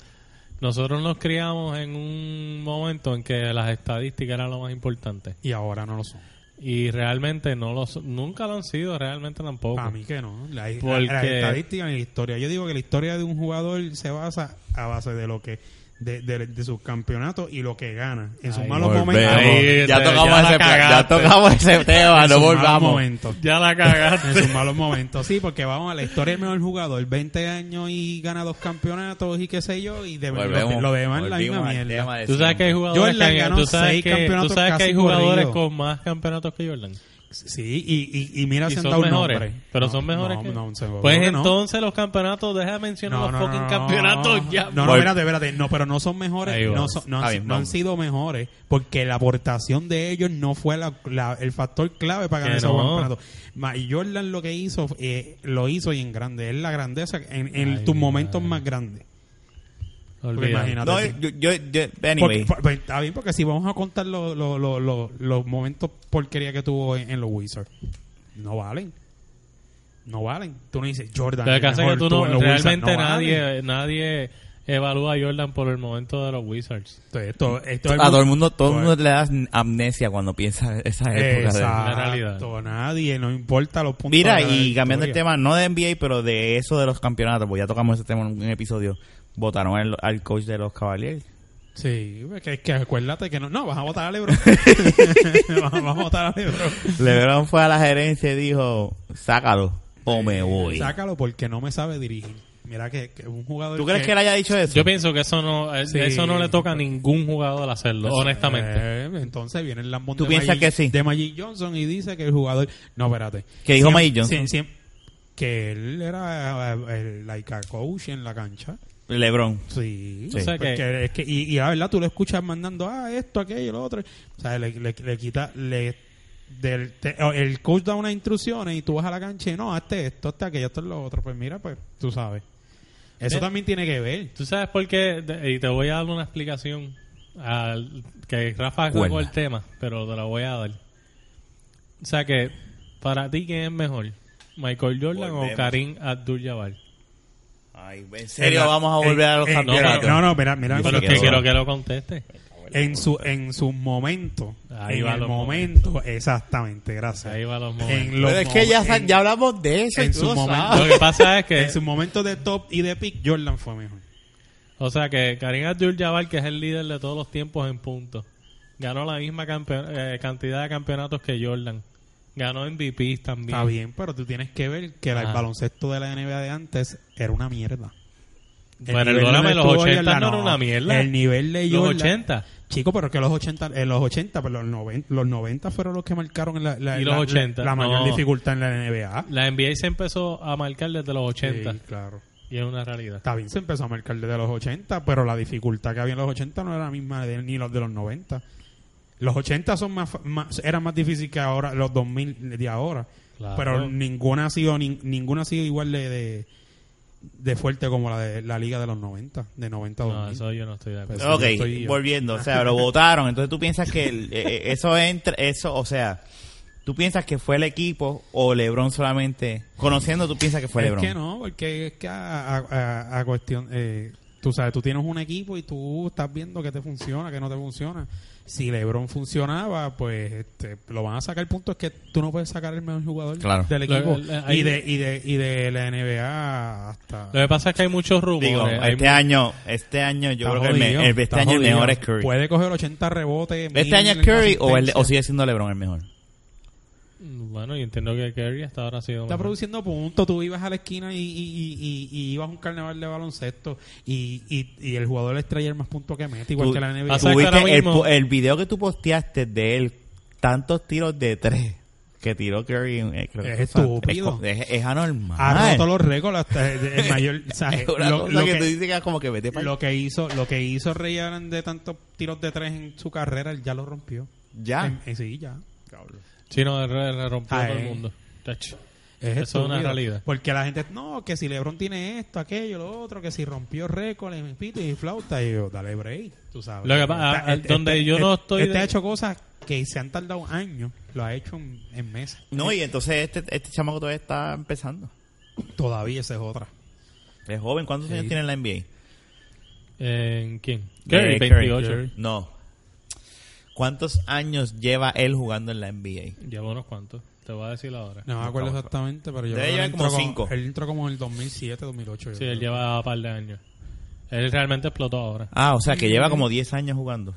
[SPEAKER 1] Nosotros nos criamos en un momento en que las estadísticas eran lo más importante.
[SPEAKER 3] Y ahora no lo son.
[SPEAKER 1] Y realmente no los, nunca lo han sido, realmente tampoco.
[SPEAKER 3] Para mí que no. La, la-
[SPEAKER 1] Porque-
[SPEAKER 3] la estadística ni la historia. Yo digo que la historia de un jugador se basa a base de lo que de, de, de sus campeonatos y lo que gana. En sus
[SPEAKER 1] Ay,
[SPEAKER 3] malos
[SPEAKER 2] Volvemos.
[SPEAKER 3] momentos.
[SPEAKER 1] Ahí,
[SPEAKER 2] ya,
[SPEAKER 1] te-
[SPEAKER 2] tocamos
[SPEAKER 1] ya la
[SPEAKER 2] ese, pla- ya
[SPEAKER 1] cagaste.
[SPEAKER 2] tocamos ese tema,
[SPEAKER 3] en
[SPEAKER 2] no
[SPEAKER 3] sus malos
[SPEAKER 2] volvamos.
[SPEAKER 3] momentos.
[SPEAKER 1] Ya la cagaste.
[SPEAKER 3] En sus malos momentos. Sí, porque vamos a la historia del mejor jugador. 20 años y gana dos campeonatos y qué sé yo. Y de, lo,
[SPEAKER 2] Volvemos,
[SPEAKER 3] lo demás la misma
[SPEAKER 2] volvimos al
[SPEAKER 3] mierda.
[SPEAKER 2] tema de
[SPEAKER 1] Tú sabes que hay
[SPEAKER 2] siempre.
[SPEAKER 1] jugadores,
[SPEAKER 3] Jordan
[SPEAKER 1] que,
[SPEAKER 3] ganó
[SPEAKER 1] tú sabes
[SPEAKER 3] seis
[SPEAKER 1] que-
[SPEAKER 3] campeonatos
[SPEAKER 1] tú sabes que hay
[SPEAKER 3] casi
[SPEAKER 1] jugadores
[SPEAKER 3] corridos.
[SPEAKER 1] con más campeonatos que Jordan.
[SPEAKER 3] Sí, y, y, y mira,
[SPEAKER 1] Y
[SPEAKER 3] se han
[SPEAKER 1] son
[SPEAKER 3] dado un
[SPEAKER 1] mejores.
[SPEAKER 3] nombre.
[SPEAKER 1] Pero
[SPEAKER 3] No,
[SPEAKER 1] son mejores
[SPEAKER 3] no,
[SPEAKER 1] que...
[SPEAKER 3] no, seguro
[SPEAKER 1] pues
[SPEAKER 3] que no.
[SPEAKER 1] entonces los campeonatos, deja de mencionar los fucking campeonatos ya.
[SPEAKER 3] No, no,
[SPEAKER 2] Voy.
[SPEAKER 3] espérate, espérate. No, pero no son
[SPEAKER 1] Ahí
[SPEAKER 3] mejores.
[SPEAKER 1] va.
[SPEAKER 3] No, son- no,
[SPEAKER 2] Está
[SPEAKER 3] han,
[SPEAKER 2] bien,
[SPEAKER 3] no han
[SPEAKER 2] vamos.
[SPEAKER 3] sido mejores porque la aportación de ellos no fue la- la- el factor clave para ganar
[SPEAKER 1] Que
[SPEAKER 3] ese
[SPEAKER 1] no.
[SPEAKER 3] campeonato. Ma- y Jordan lo que hizo, eh, lo hizo y en grande. Es la grandeza en, en
[SPEAKER 1] Ay,
[SPEAKER 3] tus
[SPEAKER 1] mi
[SPEAKER 3] momentos
[SPEAKER 1] madre.
[SPEAKER 3] más grandes.
[SPEAKER 1] Olvídate.
[SPEAKER 3] imagínate.
[SPEAKER 2] No,
[SPEAKER 3] sí.
[SPEAKER 2] yo, yo, yo-
[SPEAKER 3] Porque-
[SPEAKER 2] anyway.
[SPEAKER 3] por- pues, está bien, porque si vamos a contar lo- lo- lo- lo- los momentos porquería que tuvo en, en los Wizards, no valen. No valen. Tú no dices Jordan.
[SPEAKER 1] Lo
[SPEAKER 3] el
[SPEAKER 1] que pasa es que
[SPEAKER 3] mejor
[SPEAKER 1] tú
[SPEAKER 3] tuvo
[SPEAKER 1] no,
[SPEAKER 3] en los Wizards,
[SPEAKER 1] realmente
[SPEAKER 3] no valen.
[SPEAKER 1] nadie, nadie evalúa a Jordan por el momento de los Wizards.
[SPEAKER 3] Entonces, esto- esto es
[SPEAKER 2] A todo el mundo, todo el mundo le da amnesia cuando piensa esa época. de-
[SPEAKER 3] Exacto,
[SPEAKER 1] la realidad.
[SPEAKER 3] nadie, no importa los puntos.
[SPEAKER 2] Mira,
[SPEAKER 3] de la
[SPEAKER 2] y cambiando el
[SPEAKER 3] historia.
[SPEAKER 2] tema, no de NBA, pero de eso de los campeonatos, pues ya tocamos ese tema en un episodio. Votaron al, al coach de los Cavaliers.
[SPEAKER 3] Sí, es que, es que acuérdate que no, no, vas a votar a [LAUGHS]
[SPEAKER 2] [LAUGHS]
[SPEAKER 3] Lebron. vas, vas a votar a Lebron.
[SPEAKER 2] LeBron fue a la gerencia y dijo, sácalo o me voy.
[SPEAKER 3] Sácalo porque no me sabe dirigir. Mira que, que un jugador.
[SPEAKER 2] ¿Tú crees que él haya dicho eso?
[SPEAKER 1] Yo pienso que eso no, es-
[SPEAKER 3] Sí.
[SPEAKER 1] eso no le toca a ningún jugador hacerlo, honestamente.
[SPEAKER 3] Eh, entonces viene el lambón
[SPEAKER 2] ¿Tú
[SPEAKER 3] de,
[SPEAKER 2] piensas
[SPEAKER 3] Magic,
[SPEAKER 2] que sí?
[SPEAKER 3] de Magic Johnson y dice que el jugador. No, espérate.
[SPEAKER 2] Que dijo
[SPEAKER 3] Siempre-
[SPEAKER 2] Magic Johnson.
[SPEAKER 3] sí, siempre- que él era eh, el like a coach en la cancha.
[SPEAKER 2] LeBron.
[SPEAKER 3] Sí,
[SPEAKER 2] Sí. O
[SPEAKER 1] sea
[SPEAKER 3] porque
[SPEAKER 1] que-
[SPEAKER 3] es que- y, y la verdad tú lo escuchas mandando ah esto aquello lo otro o sea le, le- le quita le del te- o el coach da unas instrucciones y tú vas a la cancha y no hazte esto hazte aquello esto es lo otro pues mira pues tú sabes eso
[SPEAKER 1] Eh.
[SPEAKER 3] también tiene que ver
[SPEAKER 1] ¿Tú sabes por qué? De- Y te voy a dar una explicación al, que Rafa sacó
[SPEAKER 2] Cuerda.
[SPEAKER 1] el tema, pero te la voy a dar. O sea que, para ti, ¿quién es mejor? ¿Michael Jordan o
[SPEAKER 2] Volvemos.
[SPEAKER 1] Karim Abdul-Jabbar?
[SPEAKER 2] Ay, en
[SPEAKER 3] En
[SPEAKER 2] serio,
[SPEAKER 3] la-
[SPEAKER 2] vamos a
[SPEAKER 3] en-
[SPEAKER 2] volver a los
[SPEAKER 3] en-
[SPEAKER 2] campeonatos.
[SPEAKER 3] no no mira mira
[SPEAKER 2] Yo
[SPEAKER 1] Pero
[SPEAKER 2] sé
[SPEAKER 1] es que
[SPEAKER 2] que
[SPEAKER 1] quiero
[SPEAKER 2] ahora-
[SPEAKER 1] que lo conteste.
[SPEAKER 3] en su en sus momentos
[SPEAKER 1] Ahí
[SPEAKER 3] en
[SPEAKER 1] va
[SPEAKER 3] el
[SPEAKER 1] los
[SPEAKER 3] momento exactamente gracias
[SPEAKER 1] Ahí va los momentos.
[SPEAKER 3] en los
[SPEAKER 2] Pero es que ya,
[SPEAKER 3] mo-
[SPEAKER 2] sa-
[SPEAKER 3] en-
[SPEAKER 2] ya eh. hablamos de eso. y
[SPEAKER 3] en
[SPEAKER 2] tú
[SPEAKER 3] su
[SPEAKER 2] lo
[SPEAKER 3] momento. [LAUGHS]
[SPEAKER 2] sabes.
[SPEAKER 1] Lo que pasa es que...
[SPEAKER 3] en sus momentos de top y de pick Jordan fue mejor
[SPEAKER 1] O sea que Karim Abdul-Jabbar, que es el líder de todos los tiempos en puntos, ganó la misma campe- eh, cantidad de campeonatos que Jordan. Ganó MVPs también.
[SPEAKER 3] Está bien, pero tú tienes que ver que la- el
[SPEAKER 1] Ajá.
[SPEAKER 3] baloncesto de la NBA de antes era una mierda.
[SPEAKER 1] Bueno,
[SPEAKER 3] nivel
[SPEAKER 1] perdóname,
[SPEAKER 3] donde
[SPEAKER 1] los
[SPEAKER 3] estuvo
[SPEAKER 1] 80
[SPEAKER 3] Jordan,
[SPEAKER 1] no era una mierda.
[SPEAKER 3] El nivel de
[SPEAKER 1] Los
[SPEAKER 3] Jordan-
[SPEAKER 1] 80
[SPEAKER 3] Chico, pero que los 80, eh, los 80, pero los 90, los 90 fueron los que marcaron la, la,
[SPEAKER 1] Y los
[SPEAKER 3] la-
[SPEAKER 1] 80,
[SPEAKER 3] la mayor
[SPEAKER 1] no.
[SPEAKER 3] dificultad en la NBA.
[SPEAKER 1] La NBA se empezó a marcar desde los 80
[SPEAKER 3] Sí, claro.
[SPEAKER 1] y es una realidad.
[SPEAKER 3] Está bien, se empezó a marcar desde los 80, pero la dificultad que había en los 80 no era la misma de, ni los de los 90. Los 80 son más, fa- más eran más difíciles que ahora los 2000 de ahora,
[SPEAKER 1] Claro.
[SPEAKER 3] pero ninguna ha sido nin- ninguna ha sido igual de, de, de fuerte como la de la liga de los 90, de 90 a 2000.
[SPEAKER 1] No, eso yo no estoy de acuerdo.
[SPEAKER 3] Pues-
[SPEAKER 2] Ok,
[SPEAKER 3] yo estoy yo.
[SPEAKER 2] volviendo, o sea, lo votaron. Entonces tú piensas que el- eh, eh, eso entra, eso, o sea, tú piensas que fue el equipo o LeBron solamente. Conociendo, tú piensas que fue
[SPEAKER 3] es
[SPEAKER 2] LeBron.
[SPEAKER 3] que no, porque es que a, a- a- a cuestión, eh, tú sabes, tú tienes un equipo y tú estás viendo que te funciona, que no te funciona. Si LeBron funcionaba, pues este, lo van a sacar. El punto es que tú no puedes sacar el mejor jugador
[SPEAKER 2] Claro.
[SPEAKER 3] del
[SPEAKER 1] Lo- lo-
[SPEAKER 3] equipo y
[SPEAKER 1] hay-
[SPEAKER 3] de y de y de la NBA hasta.
[SPEAKER 1] Lo que pasa es que hay muchos rumores.
[SPEAKER 2] Digo,
[SPEAKER 1] hay
[SPEAKER 2] este año, este año yo
[SPEAKER 3] Está
[SPEAKER 2] creo que el, me-
[SPEAKER 3] jodido,
[SPEAKER 2] el- este
[SPEAKER 3] está
[SPEAKER 2] año el
[SPEAKER 3] jodido.
[SPEAKER 2] mejor es Curry.
[SPEAKER 3] Puede coger 80 rebotes.
[SPEAKER 2] ¿Este
[SPEAKER 3] mil
[SPEAKER 2] año es Curry o, el-
[SPEAKER 3] asistencias.
[SPEAKER 2] o sigue siendo LeBron el mejor?
[SPEAKER 1] Bueno, y entiendo que Kerry hasta ahora ha sido.
[SPEAKER 3] Está
[SPEAKER 1] mejor.
[SPEAKER 3] produciendo puntos, tú ibas a la esquina y, y, y, y- y ibas a un carnaval de baloncesto y, y, y el jugador estrella el más puntos que mete, igual
[SPEAKER 2] Tú-
[SPEAKER 3] que la NBA.
[SPEAKER 1] pasa-
[SPEAKER 2] tú
[SPEAKER 1] que ahora
[SPEAKER 2] viste el,
[SPEAKER 1] mismo-
[SPEAKER 2] po- el video que tú posteaste de él, tantos tiros de tres que tiró Curry. eh, creo que
[SPEAKER 3] Es
[SPEAKER 2] fue-
[SPEAKER 3] estúpido.
[SPEAKER 2] Es, es anormal.
[SPEAKER 3] Ha roto los récords hasta el,
[SPEAKER 2] [LAUGHS]
[SPEAKER 3] el mayor. o sea,
[SPEAKER 2] es una
[SPEAKER 3] lo,
[SPEAKER 2] cosa
[SPEAKER 3] lo
[SPEAKER 2] que,
[SPEAKER 3] que,
[SPEAKER 2] tú dices que es como que vete para
[SPEAKER 3] lo que hizo, lo que hizo Ray Allen de tantos tiros de tres en su carrera, él ya lo rompió.
[SPEAKER 2] ya.
[SPEAKER 3] En- en- sí, ya.
[SPEAKER 1] Sí, no, re- re- rompió
[SPEAKER 3] Ah,
[SPEAKER 1] todo el
[SPEAKER 3] eh.
[SPEAKER 1] mundo. Chacho.
[SPEAKER 3] Es
[SPEAKER 1] Eso es
[SPEAKER 3] estúpido.
[SPEAKER 1] una realidad.
[SPEAKER 3] Porque la gente, no, que si LeBron tiene esto, aquello, lo otro, que si rompió récords en pito y flauta, y yo, dale break, tú sabes.
[SPEAKER 1] Lo que pasa-
[SPEAKER 3] Está-
[SPEAKER 1] a- a- donde yo no estoy
[SPEAKER 3] Este
[SPEAKER 1] de-
[SPEAKER 3] ha hecho cosas que se han tardado años, lo ha hecho en, en meses.
[SPEAKER 2] No, y entonces este, este chamaco todavía está empezando.
[SPEAKER 3] Todavía esa es otra.
[SPEAKER 2] Es joven. ¿Cuántos años tiene en la NBA?
[SPEAKER 1] ¿En quién?
[SPEAKER 2] Eh,
[SPEAKER 1] Kerry, 28.
[SPEAKER 2] No. ¿Cuántos años lleva él jugando en la NBA?
[SPEAKER 1] Lleva unos cuantos. Te voy a decir ahora.
[SPEAKER 3] No me acuerdo exactamente, pero yo
[SPEAKER 2] Debe
[SPEAKER 3] creo que
[SPEAKER 2] llevar
[SPEAKER 3] él
[SPEAKER 2] como
[SPEAKER 3] entró
[SPEAKER 2] cinco.
[SPEAKER 3] Él entró como en el 2007, 2008. yo
[SPEAKER 1] Sí, él
[SPEAKER 3] creo.
[SPEAKER 1] lleva un par de años. Él realmente explotó ahora.
[SPEAKER 2] Ah, o sea, que lleva como 10 años jugando.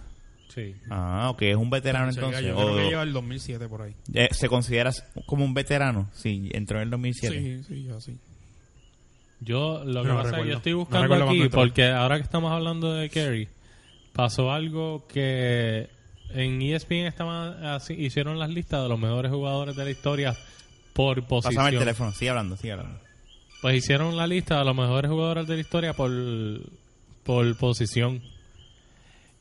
[SPEAKER 1] Sí.
[SPEAKER 2] Ah, ok, es un veterano
[SPEAKER 3] O sea,
[SPEAKER 2] entonces.
[SPEAKER 3] yo creo que
[SPEAKER 2] o-
[SPEAKER 3] lleva el 2007 por ahí.
[SPEAKER 2] eh, ¿Se considera como un veterano? Sí, entró en el 2007.
[SPEAKER 3] Sí, sí, ya sí.
[SPEAKER 1] Yo lo que
[SPEAKER 3] No
[SPEAKER 1] pasa es que
[SPEAKER 3] recuerdo.
[SPEAKER 1] yo estoy
[SPEAKER 3] No
[SPEAKER 1] buscando
[SPEAKER 3] recuerdo cuándo
[SPEAKER 1] aquí
[SPEAKER 3] entró.
[SPEAKER 1] porque ahora que estamos hablando de Kerry pasó algo que en E ESPN estaban así, hicieron las listas de los mejores jugadores de la historia por
[SPEAKER 2] Pásame el
[SPEAKER 1] posición.
[SPEAKER 2] teléfono, sigue hablando, sigue hablando.
[SPEAKER 1] Pues hicieron la lista de los mejores jugadores de la historia por, por posición.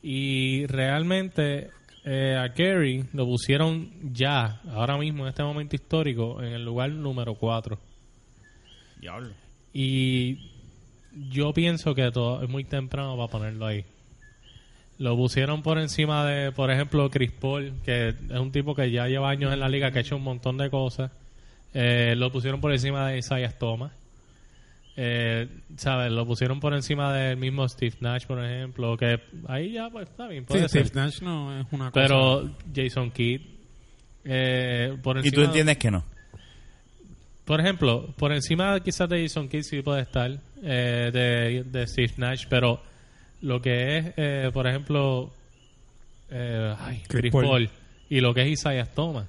[SPEAKER 1] Y realmente eh, a Kerry lo pusieron ya, ahora mismo, en este momento histórico, en el lugar número 4.
[SPEAKER 2] Diablo.
[SPEAKER 1] Y yo pienso que todo, es muy temprano para ponerlo ahí. Lo pusieron por encima de, por ejemplo, Chris Paul, que es un tipo que ya lleva años en la liga, que ha hecho un montón de cosas. Eh, lo pusieron por encima de Isaiah Thomas. Eh, ¿Sabes? Lo pusieron por encima del mismo Steve Nash, por ejemplo, que ahí ya pues, está bien, puede
[SPEAKER 3] Sí,
[SPEAKER 1] ser.
[SPEAKER 3] Steve Nash no es una cosa.
[SPEAKER 1] Pero Jason Kidd. eh, por
[SPEAKER 2] ¿Y
[SPEAKER 1] encima
[SPEAKER 2] tú entiendes que no?
[SPEAKER 1] por ejemplo, por encima quizás de Jason Kidd sí puede estar, eh, de, de Steve Nash, pero lo que es, eh, por ejemplo, eh, ay,
[SPEAKER 3] Chris
[SPEAKER 1] Chris,
[SPEAKER 3] Paul.
[SPEAKER 1] Paul. y lo que es Isaiah Thomas.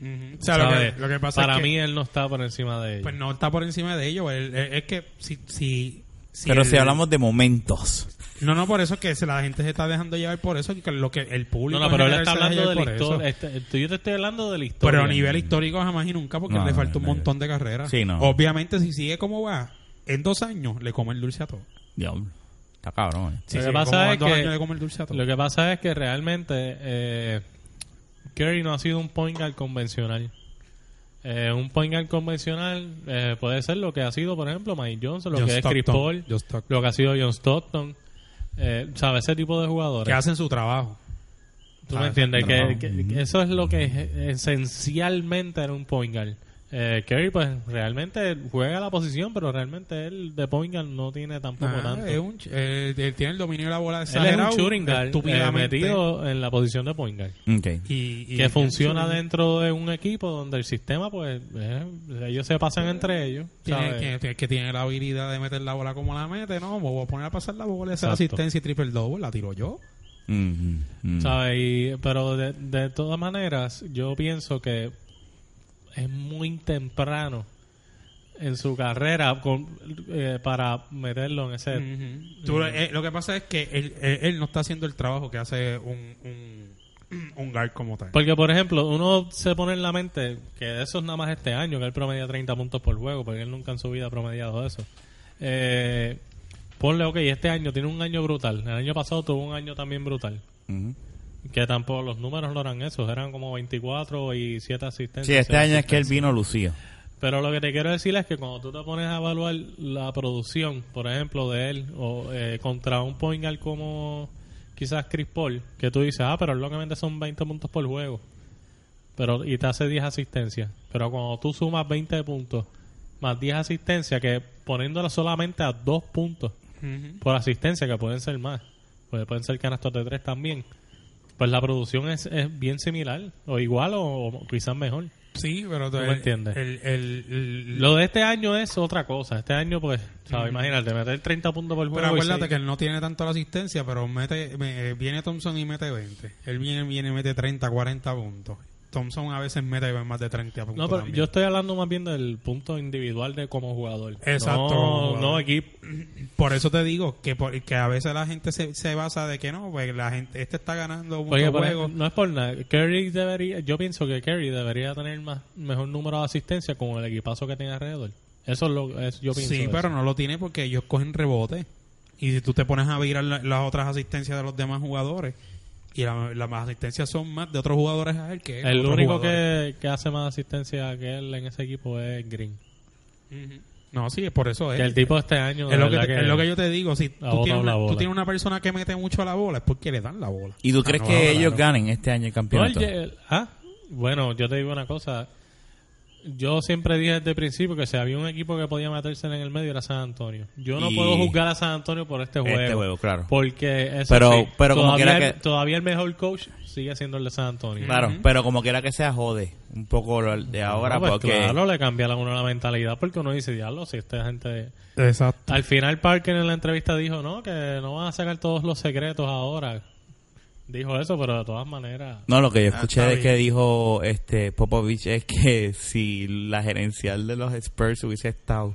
[SPEAKER 3] Ujú. O sea, lo que,
[SPEAKER 1] ¿sabes?
[SPEAKER 3] lo que pasa
[SPEAKER 1] Para
[SPEAKER 3] es que-
[SPEAKER 1] mí él no está por encima de ellos.
[SPEAKER 3] Pues no está por encima de ellos. el- el- es que si. si, si
[SPEAKER 2] Pero
[SPEAKER 3] el-
[SPEAKER 2] si hablamos de momentos.
[SPEAKER 3] No, no, por eso es que se- la gente se está dejando llevar por eso. Que lo que el público.
[SPEAKER 1] no, no, pero
[SPEAKER 3] en
[SPEAKER 1] él está
[SPEAKER 3] general se
[SPEAKER 1] hablando de
[SPEAKER 3] deja
[SPEAKER 1] la
[SPEAKER 3] llevar por
[SPEAKER 1] historia.
[SPEAKER 3] eso.
[SPEAKER 1] este- este- yo te estoy hablando de la historia.
[SPEAKER 3] Pero a nivel histórico jamás y nunca, porque
[SPEAKER 2] No,
[SPEAKER 3] le
[SPEAKER 2] no,
[SPEAKER 3] falta un
[SPEAKER 2] no, no.
[SPEAKER 3] montón de carreras.
[SPEAKER 2] Sí, no.
[SPEAKER 3] Obviamente, si sigue como va, en dos años le come el dulce a todo.
[SPEAKER 2] Diablo. Está cabrón. eh.
[SPEAKER 3] Si
[SPEAKER 1] Lo que
[SPEAKER 3] sigue
[SPEAKER 1] pasa
[SPEAKER 3] como va, en
[SPEAKER 1] es
[SPEAKER 3] dos
[SPEAKER 1] que-
[SPEAKER 3] años le come el dulce a todo.
[SPEAKER 1] Lo que pasa es que realmente eh, Curry no ha sido un point guard convencional. Eh, un point guard convencional eh, puede ser lo que ha sido, por ejemplo, Mike Johnson, lo
[SPEAKER 3] John
[SPEAKER 1] que es Chris
[SPEAKER 3] Stockton,
[SPEAKER 1] Paul,
[SPEAKER 3] John Stockton.
[SPEAKER 1] lo que ha sido John Stockton. Eh, ¿Sabes? Ese tipo de jugadores.
[SPEAKER 3] que hacen su trabajo.
[SPEAKER 1] ¿Tú
[SPEAKER 3] Ah,
[SPEAKER 1] me entiendes?
[SPEAKER 3] claro.
[SPEAKER 1] Que, que- que eso es lo que esencialmente era un point guard. Eh, Curry, pues realmente juega la posición, pero realmente él de point guard no tiene tampoco
[SPEAKER 3] Ah,
[SPEAKER 1] tanto.
[SPEAKER 3] es un ch- eh, él tiene el dominio de la
[SPEAKER 1] él
[SPEAKER 3] bola
[SPEAKER 1] es un
[SPEAKER 3] exagerado,
[SPEAKER 1] shooting guard eh,
[SPEAKER 3] estúpidamente.
[SPEAKER 1] metido en la posición de point guard.
[SPEAKER 2] Ok.
[SPEAKER 3] y, y-
[SPEAKER 1] que funciona
[SPEAKER 3] tiene-
[SPEAKER 1] dentro de un equipo donde el sistema, pues, eh, ellos se pasan entre ellos.
[SPEAKER 3] tiene,
[SPEAKER 1] ¿sabes?
[SPEAKER 3] tiene- tiene- que tiene la habilidad de meter la bola como la mete, no, me voy a poner a pasar la bola esa
[SPEAKER 1] Exacto.
[SPEAKER 3] asistencia y triple double, la tiro yo.
[SPEAKER 2] Mhm, mhm.
[SPEAKER 1] ¿Sabes? Y- pero de, de todas maneras, yo pienso que es muy temprano en su carrera con- eh, para meterlo en ese...
[SPEAKER 3] Mm. Tú, eh, lo que pasa es que él, él- él no está haciendo el trabajo que hace un, [CLEARS THROAT] un, un guard como tal.
[SPEAKER 1] Porque, por ejemplo, uno se pone en la mente que eso es nada más este año, que él promedia 30 puntos por juego, porque él nunca en su vida ha promediado eso. Eh, ponle, ok, este año tiene un año brutal. El año pasado tuvo un año también brutal.
[SPEAKER 2] Mhm.
[SPEAKER 1] Que tampoco los números no eran esos, eran como 24 y 7 asistencias.
[SPEAKER 2] Sí, este
[SPEAKER 1] siete
[SPEAKER 2] año es que él
[SPEAKER 1] asistencias.
[SPEAKER 2] vino lucido.
[SPEAKER 1] Pero lo que te quiero decir es que cuando tú te pones a evaluar la producción, por ejemplo, de él, o eh, contra un point guard como quizás Chris Paul, que tú dices, ah, pero él lo que vende son 20 puntos por juego. pero Y te hace 10 asistencias. Pero cuando tú sumas 20 puntos más 10 asistencias, que poniéndolo solamente a 2 puntos
[SPEAKER 3] Ujú.
[SPEAKER 1] por asistencia, que pueden ser más, pues pueden ser canastos de 3 también, pues la producción es, es bien similar, o igual, o, o quizás mejor.
[SPEAKER 3] Sí, pero
[SPEAKER 1] me
[SPEAKER 3] el-
[SPEAKER 1] entiendes.
[SPEAKER 3] el- el- el-
[SPEAKER 1] Lo de este año es otra cosa. Este año, pues, ¿sabes? imagínate, meter 30 puntos por juego.
[SPEAKER 3] pero
[SPEAKER 1] y
[SPEAKER 3] acuérdate
[SPEAKER 1] seis-
[SPEAKER 3] que él no tiene tanto la asistencia, pero mete, me- eh, viene Thompson y mete 20. Él viene, viene y mete 30, 40 puntos. Thompson a veces mete más de 30 puntos.
[SPEAKER 1] No, pero
[SPEAKER 3] también.
[SPEAKER 1] yo estoy hablando más bien del punto individual de como jugador.
[SPEAKER 3] Exacto,
[SPEAKER 1] No,
[SPEAKER 3] como jugador.
[SPEAKER 1] no equipo.
[SPEAKER 3] Por eso te digo que, por- que a veces la gente se, se basa de que no, pues la gente, este está ganando muchos
[SPEAKER 1] Porque, por
[SPEAKER 3] juegos.
[SPEAKER 1] ejemplo, no es por nada. Curry debería, yo pienso que Curry debería tener más mejor número de asistencia con el equipazo que tiene alrededor. Eso es lo es, yo pienso.
[SPEAKER 3] Sí,
[SPEAKER 1] eso.
[SPEAKER 3] pero no lo tiene porque ellos cogen rebote. Y si tú te pones a virar la- las otras asistencias de los demás jugadores, y la- las más asistencias son más de otros jugadores a él que
[SPEAKER 1] El
[SPEAKER 3] otros
[SPEAKER 1] único
[SPEAKER 3] jugadores.
[SPEAKER 1] que, que hace más asistencia que él en ese equipo es Green.
[SPEAKER 3] Ujú. No, sí, por eso es.
[SPEAKER 1] Que el tipo este año. de
[SPEAKER 3] Eh, es, lo que
[SPEAKER 1] verdad
[SPEAKER 3] te- es lo que yo te digo. Si
[SPEAKER 1] ha
[SPEAKER 3] tú
[SPEAKER 1] botado
[SPEAKER 3] tienes, una,
[SPEAKER 1] la
[SPEAKER 3] tú
[SPEAKER 1] bola.
[SPEAKER 3] tienes una persona que mete mucho a la bola, es porque le dan la bola.
[SPEAKER 2] ¿Y tú
[SPEAKER 3] Ah,
[SPEAKER 2] crees
[SPEAKER 3] no,
[SPEAKER 2] que
[SPEAKER 3] no,
[SPEAKER 2] ellos
[SPEAKER 3] no.
[SPEAKER 2] ganen este año el
[SPEAKER 1] No, el
[SPEAKER 2] campeonato?
[SPEAKER 1] ye- el- ah, bueno, yo te digo una cosa. Yo siempre dije desde el principio que si había un equipo que podía meterse en el medio era San Antonio. Yo no
[SPEAKER 2] Y-
[SPEAKER 1] puedo juzgar a San Antonio por este juego.
[SPEAKER 2] Este juego, claro.
[SPEAKER 1] Porque eso
[SPEAKER 2] Pero-
[SPEAKER 1] sí,
[SPEAKER 2] pero como
[SPEAKER 1] todavía,
[SPEAKER 2] quiera
[SPEAKER 1] el-
[SPEAKER 2] que-
[SPEAKER 1] todavía el mejor coach sigue siendo el de San Antonio.
[SPEAKER 2] Claro,
[SPEAKER 3] Ujú. Ah,
[SPEAKER 2] pero como quiera que sea, jode un poco lo de ahora
[SPEAKER 1] No, pues
[SPEAKER 2] porque...
[SPEAKER 1] Claro, le cambia a uno la mentalidad porque uno dice, diablo, si esta gente...
[SPEAKER 3] Exacto.
[SPEAKER 1] Al final Parker en la entrevista dijo, no, que no van a sacar todos los secretos ahora. Dijo eso, pero de todas maneras...
[SPEAKER 2] No, lo que yo
[SPEAKER 3] Ah,
[SPEAKER 2] escuché
[SPEAKER 3] está
[SPEAKER 2] es que dijo este Popovich es que [LAUGHS] si la gerencial de los Spurs hubiese estado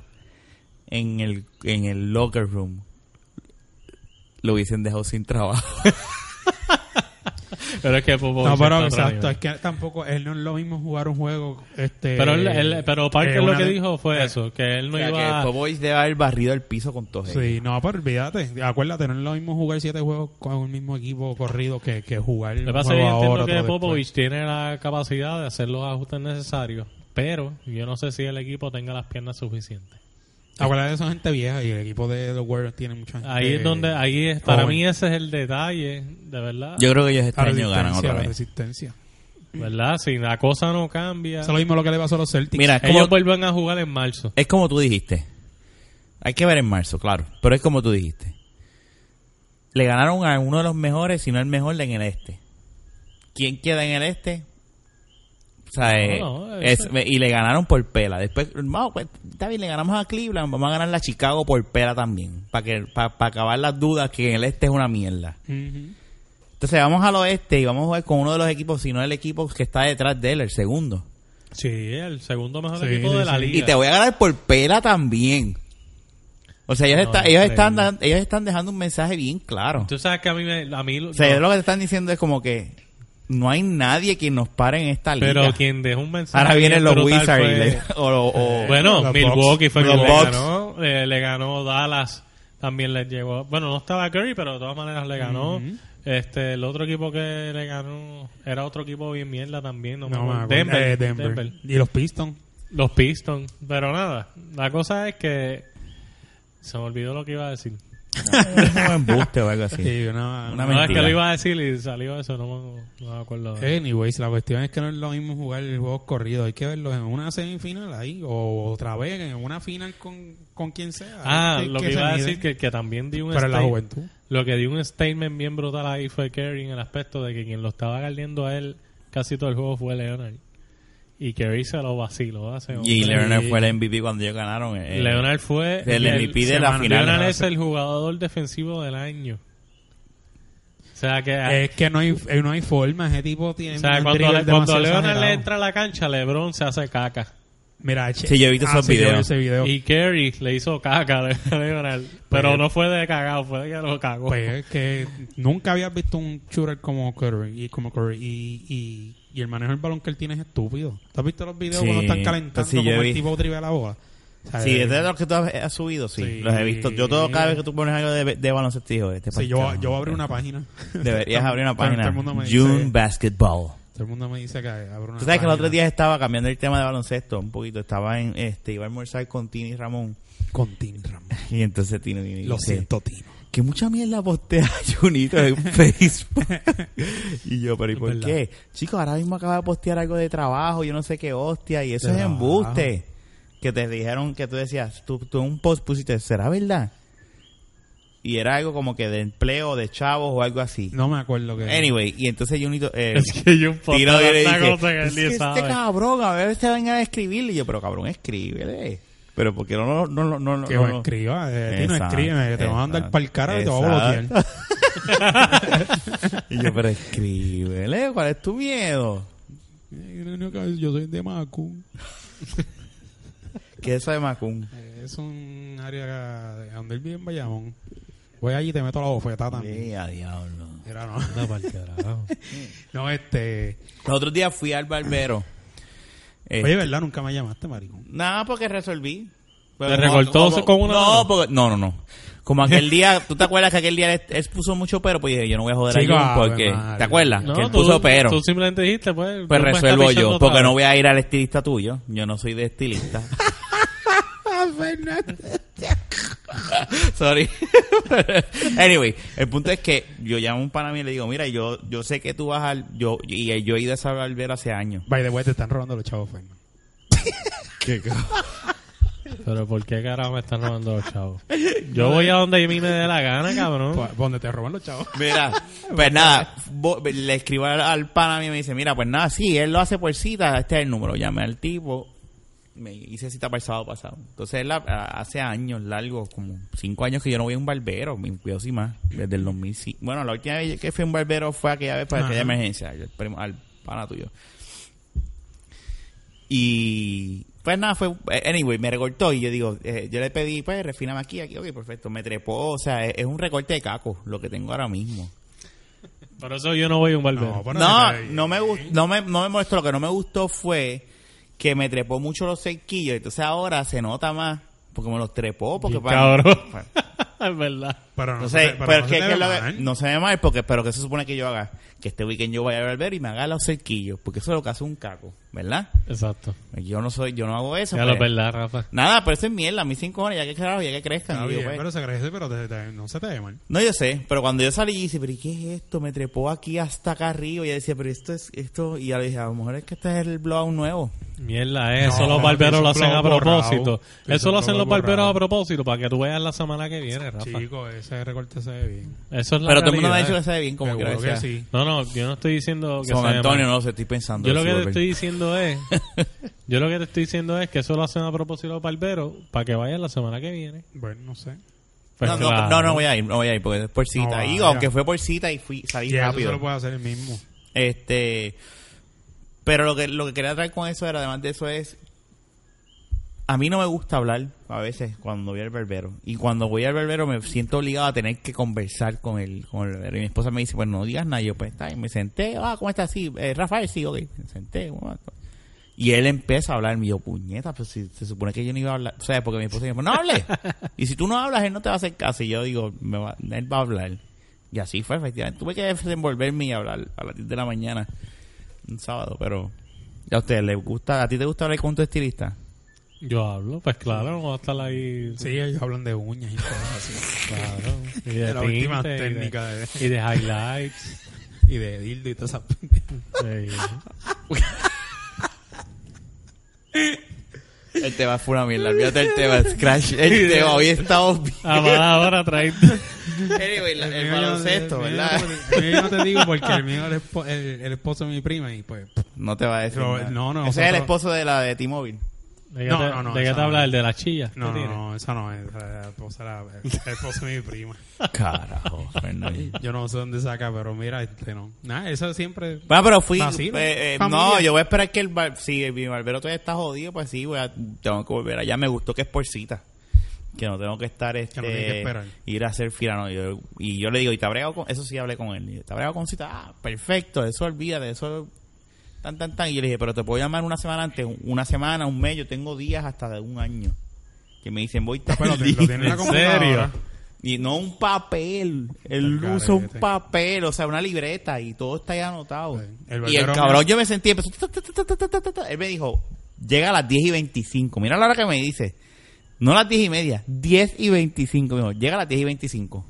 [SPEAKER 2] en el, en el locker room, lo hubiesen dejado sin trabajo.
[SPEAKER 1] Pero es que...
[SPEAKER 3] [LAUGHS] No, pero exacto. Es que tampoco, él no es lo mismo jugar un juego.
[SPEAKER 2] Eh,
[SPEAKER 3] Este,
[SPEAKER 1] Pero, él- él- pero Parker
[SPEAKER 3] eh,
[SPEAKER 1] lo
[SPEAKER 3] una
[SPEAKER 1] que
[SPEAKER 3] de-
[SPEAKER 1] dijo fue eso, que él no
[SPEAKER 2] [LAUGHS] O sea,
[SPEAKER 1] iba
[SPEAKER 2] que Popovich debe haber barrido el piso con todo
[SPEAKER 3] Sí, no, pero olvídate. Acuérdate, no es lo mismo jugar siete juegos con un mismo equipo corrido que, que jugar.
[SPEAKER 1] Lo que
[SPEAKER 3] un
[SPEAKER 1] pasa es que
[SPEAKER 3] juego
[SPEAKER 1] yo entiendo
[SPEAKER 3] ahora,
[SPEAKER 1] que
[SPEAKER 3] otro después.
[SPEAKER 1] Popovich tiene la capacidad de hacer los ajustes necesarios, pero yo no sé si el equipo tenga las piernas suficientes.
[SPEAKER 3] Acuérdate de esa gente vieja y el equipo de los Warriors tiene mucha gente.
[SPEAKER 1] Ahí es donde, ahí es, para
[SPEAKER 3] joven.
[SPEAKER 1] mí ese es el detalle, de verdad.
[SPEAKER 2] Yo creo que ellos este
[SPEAKER 3] la
[SPEAKER 2] año
[SPEAKER 3] resistencia,
[SPEAKER 2] ganan otra
[SPEAKER 3] la
[SPEAKER 2] vez.
[SPEAKER 3] resistencia.
[SPEAKER 1] ¿Verdad? Si la cosa no cambia,
[SPEAKER 3] Eso es lo mismo lo que le pasó a los Celtics.
[SPEAKER 2] Mira, es
[SPEAKER 1] ellos
[SPEAKER 2] como,
[SPEAKER 1] vuelven a jugar en marzo.
[SPEAKER 2] es como tú dijiste. Hay que ver en marzo, claro. Pero es como tú dijiste. Le ganaron a uno de los mejores, si no el mejor, en el este. ¿Quién queda en el este? O sea, eh,
[SPEAKER 1] no,
[SPEAKER 2] es-
[SPEAKER 1] eso-
[SPEAKER 2] y le ganaron por pela. Después, vamos, pues, está bien, le ganamos a Cleveland, vamos a ganar a Chicago por pela también. Para que para acabar las dudas que en el este es una mierda.
[SPEAKER 3] Ujú.
[SPEAKER 2] Entonces vamos al oeste y vamos a jugar con uno de los equipos, si no el equipo que está detrás de él, el segundo.
[SPEAKER 1] Sí, el segundo mejor
[SPEAKER 3] Sí,
[SPEAKER 1] equipo
[SPEAKER 3] sí,
[SPEAKER 1] de la
[SPEAKER 3] sí.
[SPEAKER 1] liga.
[SPEAKER 2] Y te voy a ganar por pela también. O sea, ellos,
[SPEAKER 1] No,
[SPEAKER 2] está- ellos,
[SPEAKER 1] increíble.
[SPEAKER 2] están, dan- ellos están dejando un mensaje bien claro.
[SPEAKER 1] Tú sabes que a mí, me- a mí lo-
[SPEAKER 2] O sea,
[SPEAKER 1] no,
[SPEAKER 2] ellos lo que te están diciendo es como que no hay nadie que nos pare en esta liga.
[SPEAKER 1] pero quien dejó un mensaje.
[SPEAKER 2] Ahora vienen
[SPEAKER 1] bien
[SPEAKER 2] los
[SPEAKER 1] brutal
[SPEAKER 2] Wizards.
[SPEAKER 1] fue-
[SPEAKER 2] le- o,
[SPEAKER 1] [LAUGHS]
[SPEAKER 2] o-
[SPEAKER 1] Bueno,
[SPEAKER 3] Eh, Los
[SPEAKER 1] Milwaukee fue
[SPEAKER 2] Bucks.
[SPEAKER 1] quien
[SPEAKER 2] Los
[SPEAKER 1] le
[SPEAKER 2] Bucks.
[SPEAKER 1] ganó. eh, le ganó Dallas. También le llegó. Bueno, no estaba Curry, pero de todas maneras le ganó. Este, el otro equipo que le ganó era otro equipo bien mierda también. No, me
[SPEAKER 3] No, me
[SPEAKER 1] acuerdo.
[SPEAKER 3] acuerdo.
[SPEAKER 1] Denver,
[SPEAKER 3] Eh, Denver.
[SPEAKER 1] Denver.
[SPEAKER 3] Y los Pistons.
[SPEAKER 1] Los Pistons. Pero nada, la cosa es que se me olvidó lo que iba a decir.
[SPEAKER 2] Es [LAUGHS] un embuste o algo así.
[SPEAKER 3] Sí, una,
[SPEAKER 2] Una
[SPEAKER 1] No, es
[SPEAKER 2] mentira.
[SPEAKER 1] que lo iba a decir y salió eso, no me, no me acuerdo. de-
[SPEAKER 3] Anyways, la cuestión es que no es lo mismo jugar el juego corrido. Hay que verlos en una semifinal ahí o otra vez en una final con, con quien sea.
[SPEAKER 1] Ah,
[SPEAKER 3] Es
[SPEAKER 1] lo que
[SPEAKER 3] se
[SPEAKER 1] iba a
[SPEAKER 3] miden.
[SPEAKER 1] decir que, que también di un
[SPEAKER 3] Pero en la
[SPEAKER 1] state-
[SPEAKER 3] juventud.
[SPEAKER 1] Lo que dio un statement bien brutal ahí fue Kerry en el aspecto de que quien lo estaba galdeando a él casi todo el juego fue Leonard. Y Kerry se lo vaciló. hace un-
[SPEAKER 2] Y Leonard fue el MVP cuando ellos ganaron. eh,
[SPEAKER 1] Leonard fue
[SPEAKER 2] del MVP de la
[SPEAKER 1] semana-
[SPEAKER 2] final.
[SPEAKER 1] Leonard es el jugador defensivo del año. O sea que
[SPEAKER 3] Es que no hay, eh, no hay forma. Ese tipo tiene.
[SPEAKER 1] Ah. o sea,
[SPEAKER 3] un
[SPEAKER 1] cuando,
[SPEAKER 3] dribble
[SPEAKER 1] le- cuando
[SPEAKER 3] demasiado
[SPEAKER 1] Leonard le
[SPEAKER 3] exagerado.
[SPEAKER 1] entra a la cancha, LeBron se hace caca.
[SPEAKER 3] Mira, che-
[SPEAKER 2] Sí, yo he visto esos
[SPEAKER 3] sí, yo vi
[SPEAKER 2] videos.
[SPEAKER 3] ese video.
[SPEAKER 1] Y Kerry le hizo caca a Leonard. Pero no fue de cagado, fue de que lo cagó.
[SPEAKER 3] Pues es que nunca habías visto un shooter como Curry y como Curry y, y, y el manejo del balón que él tiene es estúpido. ¿Tú has visto los videos
[SPEAKER 2] Sí.
[SPEAKER 3] cuando están calentando
[SPEAKER 2] Sí, yo
[SPEAKER 3] como
[SPEAKER 2] he
[SPEAKER 3] el
[SPEAKER 2] visto.
[SPEAKER 3] tipo trivia la bola? O sea,
[SPEAKER 2] Sí,
[SPEAKER 3] eh,
[SPEAKER 2] es de los que tú has, has subido, sí,
[SPEAKER 3] Sí.
[SPEAKER 2] Los he visto. Yo todo, cada vez que tú pones algo de, de baloncesto, digo, este
[SPEAKER 3] sí, yo,
[SPEAKER 2] parchado.
[SPEAKER 3] yo abrí una página.
[SPEAKER 2] Deberías
[SPEAKER 3] Todo-
[SPEAKER 2] abrir una
[SPEAKER 3] todo-
[SPEAKER 2] página.
[SPEAKER 3] Todo el mundo me
[SPEAKER 2] June
[SPEAKER 3] dice,
[SPEAKER 2] Basketball.
[SPEAKER 3] todo el mundo me dice que abro una
[SPEAKER 2] Tú sabes que los
[SPEAKER 3] página
[SPEAKER 2] otros días estaba cambiando el tema de baloncesto un poquito. Estaba en, este, iba a almorzar con Tini y Ramón.
[SPEAKER 3] Con Tim Ramón.
[SPEAKER 2] Y entonces Tini me dice,
[SPEAKER 3] Lo siento, Tino.
[SPEAKER 2] que mucha mierda postea [LAUGHS] Junito en Facebook. [LAUGHS] y yo, pero ¿y
[SPEAKER 3] Es
[SPEAKER 2] por
[SPEAKER 3] verdad.
[SPEAKER 2] qué? Chicos, ahora mismo acaba de postear algo de trabajo, yo no sé qué hostia, y eso
[SPEAKER 3] De
[SPEAKER 2] es
[SPEAKER 3] trabajo.
[SPEAKER 2] embuste. Que te dijeron que tú decías, tú, tú en un post pusiste, ¿será verdad? Y era algo como que de empleo, de chavos o algo así.
[SPEAKER 3] No eh. me acuerdo que...
[SPEAKER 2] Anyway, y entonces Junito...
[SPEAKER 3] [LAUGHS]
[SPEAKER 2] Eh,
[SPEAKER 1] [LAUGHS] Es que yo un poco
[SPEAKER 2] Tino viene y
[SPEAKER 1] tanta
[SPEAKER 2] dice,
[SPEAKER 1] cosa que él
[SPEAKER 2] "Es
[SPEAKER 1] ni
[SPEAKER 2] que
[SPEAKER 1] sabe.
[SPEAKER 2] este cabrón, a veces te vengan a escribir. Y yo, pero cabrón, escríbele. Pero porque no no no no no,
[SPEAKER 3] Que
[SPEAKER 2] no,
[SPEAKER 3] me
[SPEAKER 2] no-
[SPEAKER 3] escriba, eh, Tino,
[SPEAKER 2] Exacto,
[SPEAKER 3] escríbeme, que te van a mandar
[SPEAKER 2] exacto,
[SPEAKER 3] para el cara y te voy a bloquear.
[SPEAKER 2] exacto. Y yo, pero escríbele, ¿cuál es tu miedo?
[SPEAKER 3] Eh, lo único que- Yo soy de Macu.
[SPEAKER 2] Que eso de Macum.
[SPEAKER 3] Eh, Es un área de donde él vive en Bayamón. Voy allí y te meto la bofetada también.
[SPEAKER 2] Sí, a diablo.
[SPEAKER 3] Mira, no. [LAUGHS] No, este.
[SPEAKER 2] Los otros días fui al barbero. Eh,
[SPEAKER 3] Oye, ¿verdad? Nunca me llamaste, maricón.
[SPEAKER 2] nada, porque resolví.
[SPEAKER 1] ¿Te recortó con una
[SPEAKER 2] No,
[SPEAKER 1] mano?
[SPEAKER 2] porque- no, no, no. Como aquel día, [LAUGHS] ¿tú te acuerdas que aquel día él, él puso mucho pero? Pues dije, yo no voy a joder
[SPEAKER 3] Chico,
[SPEAKER 2] a Jun
[SPEAKER 3] ave
[SPEAKER 2] porque,
[SPEAKER 3] madre.
[SPEAKER 2] ¿te acuerdas?
[SPEAKER 1] No,
[SPEAKER 2] Ah, que él
[SPEAKER 1] tú-
[SPEAKER 2] puso pero.
[SPEAKER 1] Tú simplemente dijiste, pues.
[SPEAKER 2] Pues
[SPEAKER 1] tú me estás
[SPEAKER 2] resuelvo yo,
[SPEAKER 1] pichando
[SPEAKER 2] porque
[SPEAKER 1] otra
[SPEAKER 2] no
[SPEAKER 1] vez.
[SPEAKER 2] voy a ir al estilista tuyo. Yo no soy de estilista. [LAUGHS] Sorry. [LAUGHS] anyway, el punto es que yo llamo a un pana mío y le digo, mira, yo yo sé que tú vas al... Yo, y yo he ido a esa barbera hace años.
[SPEAKER 3] By the way, te están robando los chavos,
[SPEAKER 2] [LAUGHS]
[SPEAKER 3] Fernan.
[SPEAKER 1] Pero ¿por qué carajo me están robando los chavos? [LAUGHS] Yo voy a donde a mí me dé la gana, cabrón.
[SPEAKER 3] Pa- Donde te roban los chavos.
[SPEAKER 2] Mira, pues nada, vo- le escribo al, al pana mío y me dice, mira, pues nada, sí, él lo hace por cita, este es el número. Llamé al tipo, me hice cita para el sábado pasado. Entonces, él ha- a- hace años, largos, como cinco años que yo no voy a un barbero, me cuido sin más, desde el 2005. Bueno, la última vez que fui a un barbero fue aquella vez para
[SPEAKER 3] Ajá.
[SPEAKER 2] aquella emergencia, al, primo- al pana tuyo. Y pues nada, fue. eh, Anyway, me recortó y yo digo, eh, yo le pedí, pues refíname aquí, aquí, ok, perfecto. Me trepó, o sea, es, es un recorte de caco lo que tengo ahora mismo.
[SPEAKER 1] Por eso yo no pues, voy a un barbero.
[SPEAKER 3] No, pa- Bueno,
[SPEAKER 2] No,
[SPEAKER 3] eh,
[SPEAKER 2] no me, gust- no, me, no me molestó. Lo que no me gustó fue que me trepó mucho los cerquillos. Entonces ahora se nota más porque me los trepó. Porque
[SPEAKER 1] Bien,
[SPEAKER 2] para-
[SPEAKER 1] cabrón.
[SPEAKER 2] [LAUGHS] para-
[SPEAKER 1] [LAUGHS] es verdad.
[SPEAKER 3] Pero
[SPEAKER 2] no
[SPEAKER 3] no
[SPEAKER 2] sé,
[SPEAKER 3] se-
[SPEAKER 2] pero
[SPEAKER 3] pero
[SPEAKER 2] es
[SPEAKER 3] no
[SPEAKER 2] que-
[SPEAKER 3] se te
[SPEAKER 2] que
[SPEAKER 3] ve
[SPEAKER 2] lo que-
[SPEAKER 3] mal.
[SPEAKER 2] no se ve mal porque, pero que se supone que yo haga que este weekend yo vaya al barbero y me haga los cerquillos. Porque eso es lo que hace un caco, ¿verdad?
[SPEAKER 1] Exacto.
[SPEAKER 2] Yo no soy, yo no hago eso.
[SPEAKER 1] Ya
[SPEAKER 2] pues.
[SPEAKER 1] lo es verdad, Rafa.
[SPEAKER 2] Nada, pero eso es mierda. A mí cinco horas, ya que carajo, ya que crezcan.
[SPEAKER 3] Está
[SPEAKER 2] Y yo,
[SPEAKER 3] bien,
[SPEAKER 2] pues,
[SPEAKER 3] pero se agradece, pero te- te- no se te ve mal.
[SPEAKER 2] No, yo sé, pero cuando yo salí, yo dije, pero ¿y qué es esto? Me trepó aquí hasta acá arriba. Y yo decía, pero esto es esto. Y yo le dije, a lo mejor es que este es el blog nuevo.
[SPEAKER 1] Mierda, eh, eso
[SPEAKER 3] No,
[SPEAKER 1] los barberos lo hacen a
[SPEAKER 3] blow borrado.
[SPEAKER 1] propósito. Eso
[SPEAKER 3] Eso
[SPEAKER 1] lo hacen
[SPEAKER 3] blow
[SPEAKER 1] los barberos
[SPEAKER 3] borrado.
[SPEAKER 1] a propósito para que tú veas la semana que viene, Rafa.
[SPEAKER 3] Chico, ese recorte se ve bien.
[SPEAKER 1] Eso es la
[SPEAKER 2] Pero todo el mundo me ha
[SPEAKER 1] realidad.
[SPEAKER 2] dicho que se ve bien, como
[SPEAKER 3] Seguro
[SPEAKER 2] quiera
[SPEAKER 3] que
[SPEAKER 2] que sea.
[SPEAKER 3] sí.
[SPEAKER 1] No, no, yo no estoy diciendo que
[SPEAKER 2] San
[SPEAKER 1] sea
[SPEAKER 2] Antonio,
[SPEAKER 1] mal.
[SPEAKER 2] no lo sé, estoy pensando.
[SPEAKER 1] Yo lo que te
[SPEAKER 2] Silver.
[SPEAKER 1] estoy diciendo es, yo lo que te estoy diciendo es que eso lo hacen a propósito los barberos para que vayan la semana que viene.
[SPEAKER 3] Bueno, no sé.
[SPEAKER 1] Pues
[SPEAKER 2] no, no,
[SPEAKER 1] claro.
[SPEAKER 2] no, no voy a ir, no voy a ir, porque es por cita.
[SPEAKER 3] No,
[SPEAKER 2] y
[SPEAKER 3] vaya.
[SPEAKER 2] aunque fue por cita y fui, salí
[SPEAKER 3] Y eso se
[SPEAKER 2] rápido.
[SPEAKER 3] lo puede hacer el mismo.
[SPEAKER 2] Este, pero lo que, lo que quería traer con eso era, además de eso, es. A mí no me gusta hablar a veces cuando voy al barbero. Y cuando voy al barbero me siento obligado a tener que conversar con el, con el barbero. Y mi esposa me dice, pues no digas nada. Y yo, pues está. Y me senté, ah, ¿cómo estás? Sí, eh, Rafael, sí, ok. Me senté, bueno, Y él empieza a hablar. Y yo, puñeta, pues si se supone que yo no iba a hablar. O sea, porque mi esposa me dijo, no hable. y si tú no hablas, él no te va a hacer caso. Y yo digo, me va- él va a hablar. Y así fue, efectivamente. Tuve que desenvolverme y hablar a las 10 de la mañana, un sábado, pero. ¿A ustedes les gusta? ¿A ti te gusta hablar con tu estilista?
[SPEAKER 1] Yo hablo, pues claro, no voy a estar ahí.
[SPEAKER 3] Sí, ellos hablan de uñas y cosas así.
[SPEAKER 1] Claro. Y de,
[SPEAKER 3] [LAUGHS] De las últimas
[SPEAKER 1] tinte, y de-
[SPEAKER 3] [LAUGHS] técnicas
[SPEAKER 1] Y de highlights.
[SPEAKER 3] y de dildo y todas esas
[SPEAKER 1] Sí.
[SPEAKER 2] El tema fue una mierda. Olvídate del tema. Scratch. El tema hoy estamos bien.
[SPEAKER 1] Ah, va, ahora traíste.
[SPEAKER 2] Anyway, el, el baloncesto,
[SPEAKER 3] el mío
[SPEAKER 2] ¿verdad?
[SPEAKER 3] yo no te- El mío no te digo porque [LAUGHS] el mío es el, espo- el- el esposo de mi prima y pues...
[SPEAKER 2] No te va a decir.
[SPEAKER 3] Pero,
[SPEAKER 2] nada.
[SPEAKER 3] no, no,
[SPEAKER 2] Ese
[SPEAKER 3] nosotros-
[SPEAKER 2] es el esposo de la de T-Mobile.
[SPEAKER 1] ¿De qué
[SPEAKER 3] No,
[SPEAKER 1] te,
[SPEAKER 3] no, no,
[SPEAKER 1] de qué
[SPEAKER 3] esa
[SPEAKER 1] te
[SPEAKER 3] no.
[SPEAKER 1] hablas? ¿El de la chilla?
[SPEAKER 3] No,
[SPEAKER 1] ¿Qué
[SPEAKER 3] no,
[SPEAKER 1] tiene?
[SPEAKER 3] no, esa no es. esa es La esposa, era- el esposo de mi
[SPEAKER 1] [LAUGHS]
[SPEAKER 3] prima.
[SPEAKER 2] Carajo, Fernando.
[SPEAKER 3] Yo no sé dónde saca, pero mira, este no. Nada,
[SPEAKER 1] [LAUGHS]
[SPEAKER 3] eso siempre...
[SPEAKER 2] Bueno, Ah, pero fui.
[SPEAKER 3] Vacilo,
[SPEAKER 2] eh, eh,
[SPEAKER 3] familia.
[SPEAKER 2] no, yo voy a esperar que el bar, si mi barbero todavía está jodido, pues sí, voy a, tengo que volver allá. Me gustó que es por cita. Que no tengo que estar este,
[SPEAKER 3] no tienes que esperar.
[SPEAKER 2] ir a hacer fila. no, yo- y yo le digo, y te bregado con, eso sí hablé con él. y yo, Te bregado con cita, ah, perfecto, eso olvídate, eso tan tan tan. Y yo le dije, pero te puedo llamar una semana antes, una semana, un mes, yo tengo días hasta de un año. Que me dicen, voy
[SPEAKER 3] Pues lo, tiene- lo tiene en la
[SPEAKER 1] ¿En
[SPEAKER 3] computadora.
[SPEAKER 1] serio?
[SPEAKER 2] y no un papel. Él
[SPEAKER 3] El
[SPEAKER 2] usa un
[SPEAKER 3] garete.
[SPEAKER 2] papel, o sea, una libreta y todo está ya anotado.
[SPEAKER 3] Sí. El
[SPEAKER 2] y el
[SPEAKER 3] barbero
[SPEAKER 2] cabrón,
[SPEAKER 3] mío-
[SPEAKER 2] yo me sentí, empezó, ta, ta, ta, ta, ta, ta, ta, ta. Él me dijo, llega a las 10 y 25. Mira la hora que me dice. No las 10 y media, 10 y 25. Me dijo, llega a las 10 y 25.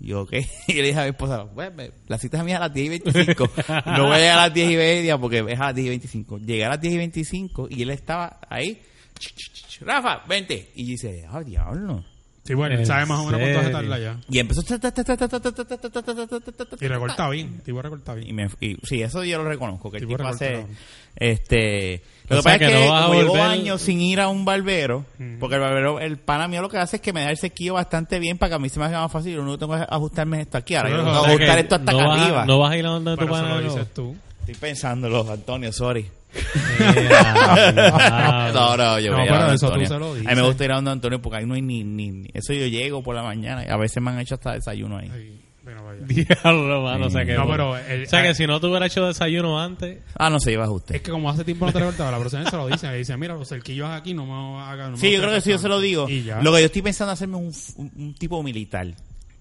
[SPEAKER 2] Y yo, ¿qué? [LAUGHS] Y le dije a mi esposa, "Bueno, me- la cita mía es a las 10 y
[SPEAKER 3] [LAUGHS]
[SPEAKER 2] 25. No voy a llegar a las 10 y media porque es a las 10 y 25. Llegué a las 10 y 25 y él estaba ahí. Ch, ch, ch, ch, Rafa, vente. Y yo dice, ah, diablo.
[SPEAKER 3] Sí, bueno, él
[SPEAKER 1] ¿En
[SPEAKER 3] sabe más o menos cuánto se
[SPEAKER 1] serio?
[SPEAKER 3] tarda ya.
[SPEAKER 2] Y empezó. ta, ta, ta, ta, ta, ta, ta, ta, ta, ta, ta, ta, ta, ta, ta, ta,
[SPEAKER 3] Y recorta bien, el tipo recorta
[SPEAKER 2] Y
[SPEAKER 3] bien.
[SPEAKER 2] me, y, sí, eso yo lo reconozco, que el
[SPEAKER 3] Tipo
[SPEAKER 2] tipo hace.
[SPEAKER 3] recortado.
[SPEAKER 2] Este. Lo
[SPEAKER 1] O sea,
[SPEAKER 2] que pasa
[SPEAKER 1] que
[SPEAKER 2] es que
[SPEAKER 1] no vas a
[SPEAKER 2] como llevo
[SPEAKER 1] volver-
[SPEAKER 2] años sin ir a un barbero,
[SPEAKER 3] Ujú.
[SPEAKER 2] porque el barbero, el pana mío lo que hace es que me da el sequillo bastante bien para que a mí se me haga más fácil. Lo único que tengo es ajustarme esto aquí. Ahora yo
[SPEAKER 3] Pero,
[SPEAKER 2] tengo
[SPEAKER 3] o
[SPEAKER 2] que
[SPEAKER 3] sea,
[SPEAKER 2] ajustar
[SPEAKER 1] que
[SPEAKER 2] esto hasta
[SPEAKER 1] no
[SPEAKER 2] acá
[SPEAKER 1] vas a-
[SPEAKER 2] arriba.
[SPEAKER 1] No vas a ir a donde
[SPEAKER 3] Pero
[SPEAKER 1] tu
[SPEAKER 3] eso
[SPEAKER 1] pana
[SPEAKER 3] lo
[SPEAKER 1] no.
[SPEAKER 3] dices tú.
[SPEAKER 2] Estoy pensándolo, Antonio, sorry.
[SPEAKER 1] Eh, Ah,
[SPEAKER 2] No, no, yo
[SPEAKER 3] No,
[SPEAKER 2] voy a ir a
[SPEAKER 3] pero
[SPEAKER 2] donde
[SPEAKER 3] eso tú
[SPEAKER 2] Antonio.
[SPEAKER 3] se lo
[SPEAKER 2] A mí
[SPEAKER 3] dices.
[SPEAKER 2] me gusta ir a donde Antonio porque ahí no hay ni, ni, ni- Eso yo llego por la mañana. y A veces me han hecho hasta desayuno ahí.
[SPEAKER 3] Ay, bueno, vaya.
[SPEAKER 1] [LAUGHS] Diablo, mano. O sea que,
[SPEAKER 3] No, pero el-
[SPEAKER 1] o sea que si no te hubiera hecho desayuno antes.
[SPEAKER 2] Ah, no se lleva ajuste.
[SPEAKER 3] Es que como hace tiempo no te recortaba, la persona se lo dice. Le dice, mira, los cerquillos aquí no me hagan. no me
[SPEAKER 2] Sí, yo
[SPEAKER 3] hagan
[SPEAKER 2] creo que sí, yo
[SPEAKER 3] tanto".
[SPEAKER 2] se lo digo.
[SPEAKER 3] Y ya.
[SPEAKER 2] Lo que yo estoy pensando es hacerme un, un- un tipo militar.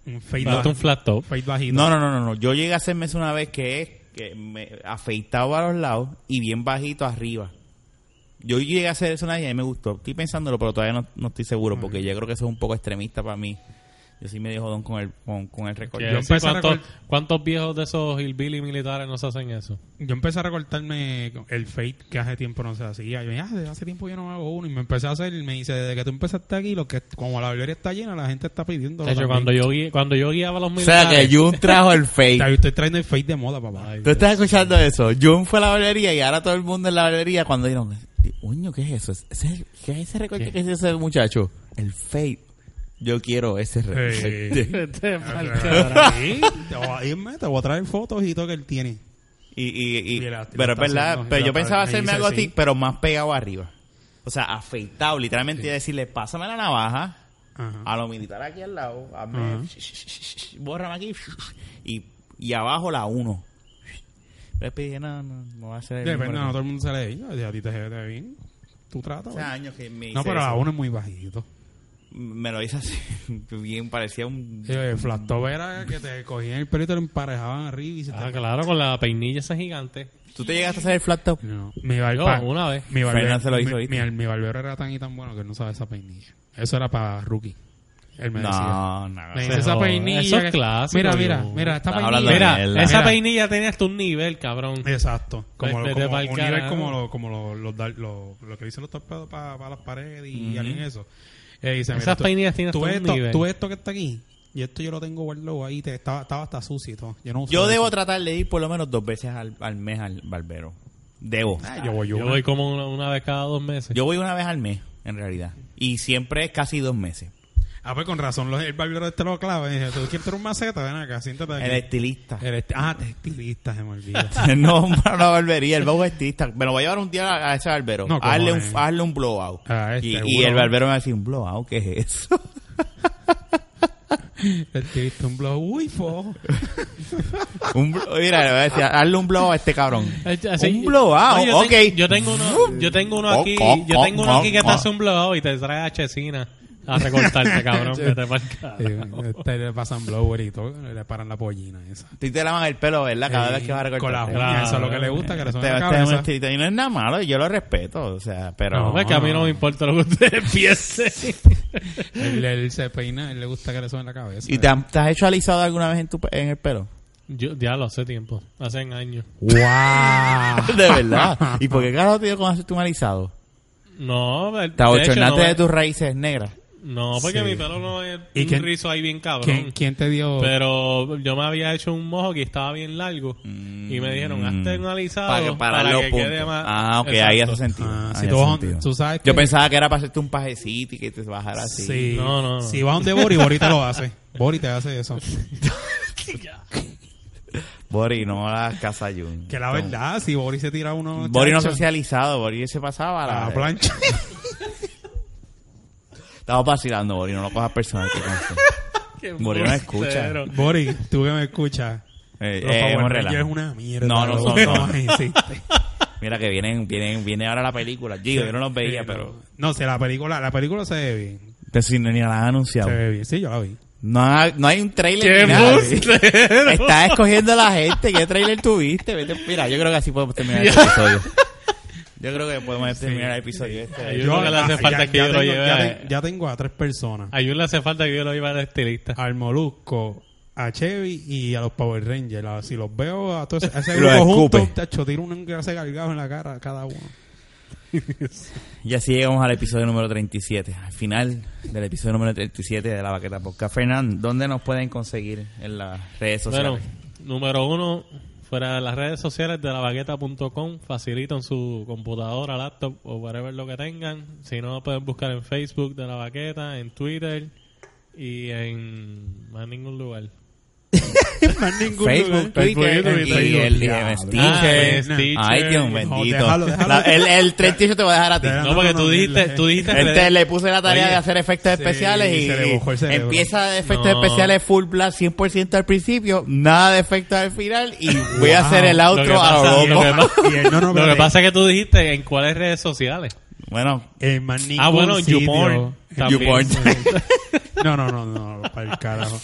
[SPEAKER 3] Un fade
[SPEAKER 1] Date
[SPEAKER 3] bajo-
[SPEAKER 1] un flat top.
[SPEAKER 3] fade bajito.
[SPEAKER 2] No, no, no, no, no. Yo llegué a hacerme eso una vez que es que me afeitado a los lados y bien bajito arriba. Yo llegué a hacer eso una vez y a mí me gustó. Estoy pensándolo, pero todavía no, no estoy seguro porque yo creo que eso es un poco extremista para mí. Yo sí me dejo don con el, con, con el récord.
[SPEAKER 1] Quiere
[SPEAKER 3] Yo
[SPEAKER 1] decir,
[SPEAKER 3] empecé a
[SPEAKER 1] ¿cuántos,
[SPEAKER 3] recor-
[SPEAKER 1] cuántos viejos de esos hillbilly militares no se hacen eso?
[SPEAKER 3] Yo empecé a recortarme el fade que hace tiempo no se hacía. Yo dije, ah, desde hace tiempo yo no hago uno. Y me empecé a hacer. Y me dice, desde que tú empezaste aquí, lo que como la barbería está llena, la gente está pidiendo.
[SPEAKER 1] De hecho, cuando yo, gui- cuando yo guiaba a los
[SPEAKER 2] O sea que
[SPEAKER 1] militares.
[SPEAKER 2] Jun trajo
[SPEAKER 3] [LAUGHS]
[SPEAKER 2] el fake.
[SPEAKER 3] Estoy trayendo el fade de moda, papá.
[SPEAKER 1] Ay,
[SPEAKER 3] [LAUGHS]
[SPEAKER 2] ¿Tú estás escuchando eso? Jun fue a la barbería y ahora todo el mundo en la barbería cuando dijeron, coño, ¿qué es eso? ¿Es- es el- ¿Qué es ese recorte
[SPEAKER 1] ¿Qué?
[SPEAKER 2] que es ese muchacho? El fade. Yo quiero ese recorte.
[SPEAKER 1] Este
[SPEAKER 3] Te
[SPEAKER 1] mal-
[SPEAKER 3] voy a ir, te voy a irme, te voy a traer fotos y todo que él tiene.
[SPEAKER 2] [LAUGHS] Y, y, y-
[SPEAKER 3] Y la- la
[SPEAKER 2] pero es verdad,
[SPEAKER 3] taza,
[SPEAKER 2] pero
[SPEAKER 3] la
[SPEAKER 2] yo pensaba
[SPEAKER 3] taza,
[SPEAKER 2] hacerme
[SPEAKER 3] me
[SPEAKER 2] algo
[SPEAKER 3] dice
[SPEAKER 2] así,
[SPEAKER 3] así.
[SPEAKER 2] pero más pegado arriba. O sea, afeitado, literalmente, y decirle, pásame la navaja
[SPEAKER 3] Ajá.
[SPEAKER 2] a lo militar aquí al lado, hazme,
[SPEAKER 3] Ajá.
[SPEAKER 2] sh- sh- sh- bórrame aquí, y, y abajo la uno. Pero después dije, no, no, no va a ser el mismo
[SPEAKER 3] Depende, pues, no todo
[SPEAKER 2] recorte.
[SPEAKER 3] el mundo se le diga. Si a ti te se ve bien, tú tratas.
[SPEAKER 2] Hace años que me
[SPEAKER 3] No,
[SPEAKER 2] hice
[SPEAKER 3] pero
[SPEAKER 2] eso.
[SPEAKER 3] a uno es muy bajito.
[SPEAKER 2] me lo hice así, [LAUGHS] bien, parecía un...
[SPEAKER 3] El flat top era que te cogían el pelo y te lo emparejaban arriba y se te...
[SPEAKER 1] Ah, claro, con la peinilla esa gigante.
[SPEAKER 2] ¿Tú te llegaste a hacer el flat top?
[SPEAKER 3] No, mi
[SPEAKER 1] Yo,
[SPEAKER 3] barbero...
[SPEAKER 1] una vez.
[SPEAKER 3] Mi barbero,
[SPEAKER 2] Fernan se lo hizo,
[SPEAKER 3] mi-
[SPEAKER 2] ¿viste?
[SPEAKER 3] mi- mi barbero era tan y tan bueno que él no sabía esa peinilla. Eso era para rookie. Él me decía.
[SPEAKER 2] No, no.
[SPEAKER 3] Me
[SPEAKER 1] Se
[SPEAKER 3] dice esa
[SPEAKER 1] joda,
[SPEAKER 3] peinilla.
[SPEAKER 1] eso es
[SPEAKER 3] que-
[SPEAKER 1] clásico,
[SPEAKER 3] Mira,
[SPEAKER 1] yo.
[SPEAKER 3] mira, mira, esta
[SPEAKER 2] Estás
[SPEAKER 3] peinilla.
[SPEAKER 2] hablando de
[SPEAKER 1] Mira,
[SPEAKER 2] mierda.
[SPEAKER 1] esa
[SPEAKER 3] Mira.
[SPEAKER 1] peinilla tenía hasta un nivel, cabrón.
[SPEAKER 3] Exacto. Como,
[SPEAKER 1] Vete
[SPEAKER 3] como
[SPEAKER 1] pa'l
[SPEAKER 3] un nivel
[SPEAKER 1] carajo.
[SPEAKER 3] como lo, como lo, lo, da- lo- lo que dicen los torpedos para las paredes y alguien eso. Eh, dice, mira,
[SPEAKER 1] Esas
[SPEAKER 3] tú-
[SPEAKER 1] peinillas tienen
[SPEAKER 3] tú
[SPEAKER 1] hasta un
[SPEAKER 3] esto,
[SPEAKER 1] nivel.
[SPEAKER 3] tú esto que está aquí, y esto yo lo tengo guardado ahí, te, estaba, estaba hasta sucio y todo. Yo, no uso
[SPEAKER 2] Yo
[SPEAKER 3] eso.
[SPEAKER 2] debo tratar de ir por lo menos dos veces al, al mes al barbero. Debo.
[SPEAKER 3] Ah, yo voy
[SPEAKER 1] Yo
[SPEAKER 3] una.
[SPEAKER 1] voy como una, una vez cada dos meses.
[SPEAKER 2] Yo voy una vez al mes, en realidad. Y siempre es casi dos meses.
[SPEAKER 3] Ah, pues con razón, los, el barbero este lo clava. Y dice, tú quieres tener un maceta, ven acá, siéntate aquí.
[SPEAKER 2] El estilista.
[SPEAKER 3] El esti- ah, te estilista, se
[SPEAKER 1] [LAUGHS]
[SPEAKER 3] me olvida.
[SPEAKER 2] [LAUGHS] no, no, la barbería, el bobo estilista. Me lo voy a llevar un día a, a ese barbero.
[SPEAKER 3] No, ¿cómo
[SPEAKER 2] hazle, un,
[SPEAKER 3] es?
[SPEAKER 2] hazle un blowout.
[SPEAKER 3] Ah, este,
[SPEAKER 2] y, y
[SPEAKER 3] seguro.
[SPEAKER 2] el barbero me va a decir, ¿un blowout qué es eso? [LAUGHS]
[SPEAKER 3] el estilista, un blog,
[SPEAKER 1] [LAUGHS]
[SPEAKER 3] uy, fo.
[SPEAKER 2] Un blo- mira, le voy a decir, hazle un blowout a este cabrón.
[SPEAKER 1] Eh, así-
[SPEAKER 2] un blowout,
[SPEAKER 1] No, yo
[SPEAKER 2] ok.
[SPEAKER 1] tengo- yo tengo uno, yo tengo uno aquí, yo tengo uno aquí que te hace un blowout y te trae a Chesina. a recortarte,
[SPEAKER 3] [LAUGHS]
[SPEAKER 1] cabrón.
[SPEAKER 3] Sí.
[SPEAKER 1] Vete pa'l carajo.
[SPEAKER 3] Eh, este le pasan blower y todo, le paran la pollina esa.
[SPEAKER 2] Te te lavan el pelo, ¿verdad? Cada
[SPEAKER 3] Eh,
[SPEAKER 2] vez que vas a
[SPEAKER 3] Con la
[SPEAKER 2] recortar.
[SPEAKER 3] uña, eso es lo que le gusta, que le
[SPEAKER 2] Te
[SPEAKER 3] son la
[SPEAKER 2] vas a tener un
[SPEAKER 3] cabeza.
[SPEAKER 2] estilito. Y no es nada malo, yo lo respeto, o sea, pero...
[SPEAKER 1] No, es que a mí no me importa lo que ustedes [LAUGHS] piensen.
[SPEAKER 3] Él, él se peina, él le gusta que le suene la cabeza. [LAUGHS]
[SPEAKER 2] ¿Y te, han- te has hecho alisado alguna vez en, tu, pe- en el pelo?
[SPEAKER 1] Yo, ya lo hace tiempo, hace años.
[SPEAKER 3] ¡Wow!
[SPEAKER 2] [LAUGHS] De verdad. ¿Y por qué carajo te dio con hacerte un alisado?
[SPEAKER 1] No, el- de hecho,
[SPEAKER 2] Te abochornaste
[SPEAKER 1] no,
[SPEAKER 2] de tus raíces negras.
[SPEAKER 1] No, porque
[SPEAKER 3] Sí.
[SPEAKER 1] mi pelo no es
[SPEAKER 3] ¿Y
[SPEAKER 1] un
[SPEAKER 3] quién-
[SPEAKER 1] rizo ahí bien cabrón.
[SPEAKER 3] ¿Quién, quién te dio?
[SPEAKER 1] Pero yo me había hecho un mojo que estaba bien largo y me dijeron, hazte un alisado
[SPEAKER 2] Mm. Para que, para los
[SPEAKER 1] que
[SPEAKER 2] puntos.
[SPEAKER 1] quede más...
[SPEAKER 2] Ah, ok,
[SPEAKER 1] Exacto.
[SPEAKER 2] ahí hace sentido.
[SPEAKER 3] Ah,
[SPEAKER 2] Ahí
[SPEAKER 3] si
[SPEAKER 2] hace
[SPEAKER 3] tú, vas-
[SPEAKER 2] sentido.
[SPEAKER 3] tú sabes que
[SPEAKER 2] Yo pensaba que era para hacerte un pajecito y que te bajara así.
[SPEAKER 3] Sí.
[SPEAKER 1] No, no, no.
[SPEAKER 3] Si vas donde Bori, Bori te
[SPEAKER 1] [LAUGHS]
[SPEAKER 3] lo hace. Bori te hace eso.
[SPEAKER 2] Bori, no la casa Jun.
[SPEAKER 3] Que la verdad, si Bori se tira uno.
[SPEAKER 2] Bori no
[SPEAKER 3] chacho, Ah,
[SPEAKER 2] socializado, Bori se pasaba a
[SPEAKER 3] a
[SPEAKER 2] la...
[SPEAKER 3] la plancha. [LAUGHS]
[SPEAKER 2] Estaba vacilando, Bori, no lo cojas personal. Que conste.
[SPEAKER 1] Qué
[SPEAKER 2] Bori no escucha.
[SPEAKER 1] embustero.
[SPEAKER 3] Bori, tú que me escuchas.
[SPEAKER 2] Eh,
[SPEAKER 3] Los
[SPEAKER 2] eh,
[SPEAKER 3] Power
[SPEAKER 2] es un
[SPEAKER 3] Rangers
[SPEAKER 2] relajo.
[SPEAKER 3] es una mierda.
[SPEAKER 2] No, no
[SPEAKER 3] loco.
[SPEAKER 2] son, no.
[SPEAKER 3] [LAUGHS] No, sí.
[SPEAKER 2] Mira que vienen, vienen, viene ahora la película. Digo, yo no los veía, pero...
[SPEAKER 3] No, si la película, la película se ve bien.
[SPEAKER 2] Pero si ni la han anunciado.
[SPEAKER 3] Se ve bien. Sí, yo la vi.
[SPEAKER 2] No, ha- no hay un
[SPEAKER 1] ¡Qué
[SPEAKER 2] trailer. ni nada.
[SPEAKER 1] embustero!
[SPEAKER 2] Estás escogiendo a la gente. ¿Qué trailer tuviste? Vete- Mira, yo creo que así podemos terminar el episodio. Yo creo que podemos terminar el episodio este.
[SPEAKER 1] Yo creo que le hace
[SPEAKER 3] ah,
[SPEAKER 1] falta que yo lo
[SPEAKER 3] tengo,
[SPEAKER 1] lleve
[SPEAKER 3] ya,
[SPEAKER 1] a-
[SPEAKER 3] ten- ya tengo a tres personas.
[SPEAKER 1] A Jun le hace falta que yo lo iba al estilista.
[SPEAKER 3] Al Molusco, a Chevy y a los Power Rangers. La- si los veo a todos a ese
[SPEAKER 2] Los
[SPEAKER 3] grupo
[SPEAKER 2] escupe.
[SPEAKER 3] juntos, tacho, tiro un grase cargado en la cara a cada uno.
[SPEAKER 2] Y así llegamos al episodio número 37. Al final del episodio número 37 de La Baqueta Podcast. Fernán, ¿dónde nos pueden conseguir en las redes sociales?
[SPEAKER 1] Bueno, número uno, fuera de las redes sociales de lavaqueta.com, facilitan su computadora, laptop o whatever lo que tengan. Si no, pueden buscar en Facebook de la Baqueta, en Twitter y en más ningún lugar.
[SPEAKER 3] Más ningún
[SPEAKER 2] Facebook,
[SPEAKER 3] lugar.
[SPEAKER 2] Twitter,
[SPEAKER 1] Facebook,
[SPEAKER 2] y
[SPEAKER 1] Facebook.
[SPEAKER 2] el DM
[SPEAKER 1] Ah,
[SPEAKER 2] Stitcher.
[SPEAKER 1] en Stitcher.
[SPEAKER 2] Ay, Dios
[SPEAKER 3] No,
[SPEAKER 2] bendito.
[SPEAKER 3] déjalo, déjalo.
[SPEAKER 2] La- el, el 38 te voy a dejar a ti.
[SPEAKER 3] Déjalo.
[SPEAKER 1] No, pues, porque tú dijiste, tú dijiste
[SPEAKER 2] Este,
[SPEAKER 1] redes-
[SPEAKER 2] le puse la tarea
[SPEAKER 3] Oye,
[SPEAKER 2] de hacer efectos
[SPEAKER 3] sí,
[SPEAKER 2] especiales y,
[SPEAKER 3] se le mojó el cerebro.
[SPEAKER 2] empieza de efectos
[SPEAKER 1] No.
[SPEAKER 2] especiales full blast 100% al principio, nada de efectos al final y voy a hacer el
[SPEAKER 1] Lo que
[SPEAKER 2] outro a
[SPEAKER 1] pasa-
[SPEAKER 2] lo
[SPEAKER 1] lo que
[SPEAKER 2] loco.
[SPEAKER 1] pa-
[SPEAKER 3] Y él, no,
[SPEAKER 1] [LAUGHS]
[SPEAKER 3] no,
[SPEAKER 1] lo
[SPEAKER 3] pero
[SPEAKER 1] que
[SPEAKER 3] él-
[SPEAKER 1] pasa es que tú dijiste en cuáles redes sociales.
[SPEAKER 2] Bueno,
[SPEAKER 3] En más ningún
[SPEAKER 1] Ah, bueno, en
[SPEAKER 3] sitio.
[SPEAKER 1] YouPorn. también.
[SPEAKER 2] YouPorn.
[SPEAKER 3] No, no, no, no, para el carajo.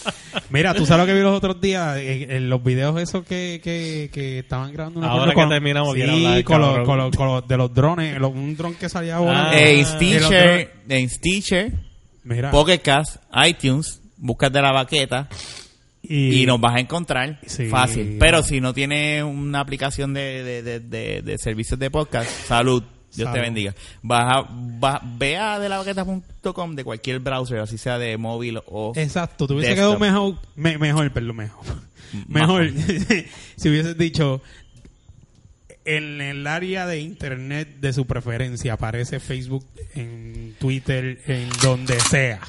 [SPEAKER 3] Mira, tú sabes lo que vi los otros días en, en los videos esos que, que, que estaban grabando. no me
[SPEAKER 1] Ahora
[SPEAKER 3] acuerdo,
[SPEAKER 1] que terminamos,
[SPEAKER 3] sí,
[SPEAKER 1] quiero hablar,
[SPEAKER 3] con los,
[SPEAKER 1] cabrón.
[SPEAKER 3] con, los, con los de los drones, lo- un dron que salía volando.
[SPEAKER 1] Ah,
[SPEAKER 2] en
[SPEAKER 1] el
[SPEAKER 2] Stitcher, en Stitcher,
[SPEAKER 3] Mira,
[SPEAKER 2] Pocket Cast, iTunes, buscas de la baqueta y, nos vas a encontrar
[SPEAKER 3] Sí,
[SPEAKER 2] fácil. Pero
[SPEAKER 3] no.
[SPEAKER 2] si no tienes una aplicación de, de, de, de- de servicios de podcast, salud. Dios te
[SPEAKER 3] Salud.
[SPEAKER 2] bendiga. Vas a, va- ve a de la baqueta.com de cualquier browser, así sea de móvil o
[SPEAKER 3] Exacto, te hubiese quedado
[SPEAKER 2] Desktop.
[SPEAKER 3] mejor, me- mejor, perdón,
[SPEAKER 2] [LAUGHS]
[SPEAKER 3] mejor. Mejor, [LAUGHS] si hubieses dicho, en el área de internet de su preferencia aparece Facebook, en Twitter, en donde sea.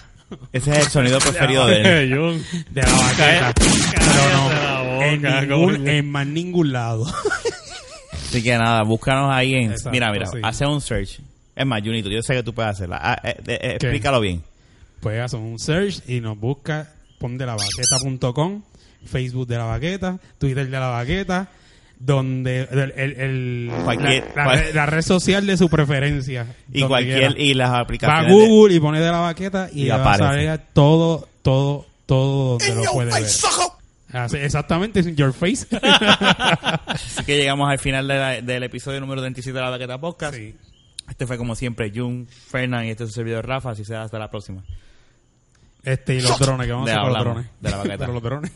[SPEAKER 2] Ese es
[SPEAKER 3] [LAUGHS]
[SPEAKER 2] el sonido preferido de él.
[SPEAKER 1] Jun.
[SPEAKER 3] De la [LAUGHS] vaqueta.
[SPEAKER 1] Cállate
[SPEAKER 3] Pero no,
[SPEAKER 1] la boca,
[SPEAKER 3] en, ningún-
[SPEAKER 1] coño.
[SPEAKER 3] en más ningún lado. [LAUGHS]
[SPEAKER 2] Así que nada, búscanos ahí en...
[SPEAKER 3] Exacto,
[SPEAKER 2] mira, mira,
[SPEAKER 3] sí.
[SPEAKER 2] hace un search. Es más, Junito, yo sé que tú puedes hacerla. Ah, eh, eh, eh,
[SPEAKER 3] ¿Qué?
[SPEAKER 2] explícalo bien.
[SPEAKER 3] Pues haz un search y nos busca, pon de la vaqueta.com, Facebook de la vaqueta, Twitter de la vaqueta, donde el, el- el-
[SPEAKER 2] Cualquier-
[SPEAKER 3] la, la
[SPEAKER 2] cual-
[SPEAKER 3] red- la red social de su preferencia.
[SPEAKER 2] Y
[SPEAKER 3] donde
[SPEAKER 2] cualquier...
[SPEAKER 3] quiera.
[SPEAKER 2] Y las
[SPEAKER 3] Va a
[SPEAKER 2] aplicaciones... de-
[SPEAKER 3] Google y pone de la vaqueta y,
[SPEAKER 2] Y
[SPEAKER 3] le va a
[SPEAKER 2] aparece.
[SPEAKER 3] salir todo, todo, todo donde lo puede ver. Así- Exactamente, es in your
[SPEAKER 2] [LAUGHS]
[SPEAKER 3] face.
[SPEAKER 2] Así que llegamos al final de la- del episodio número 37 de La Baqueta Podcast.
[SPEAKER 3] Sí.
[SPEAKER 2] Este fue como siempre Jun, Fernan y este es su servidor Rafa. Así será hasta la próxima.
[SPEAKER 3] Este y los drones, que vamos
[SPEAKER 2] Le [LAUGHS]
[SPEAKER 3] a hacer con los
[SPEAKER 2] hablamos
[SPEAKER 3] drones.
[SPEAKER 2] de la
[SPEAKER 3] [LAUGHS]
[SPEAKER 2] vaqueta.
[SPEAKER 3] Con los drones.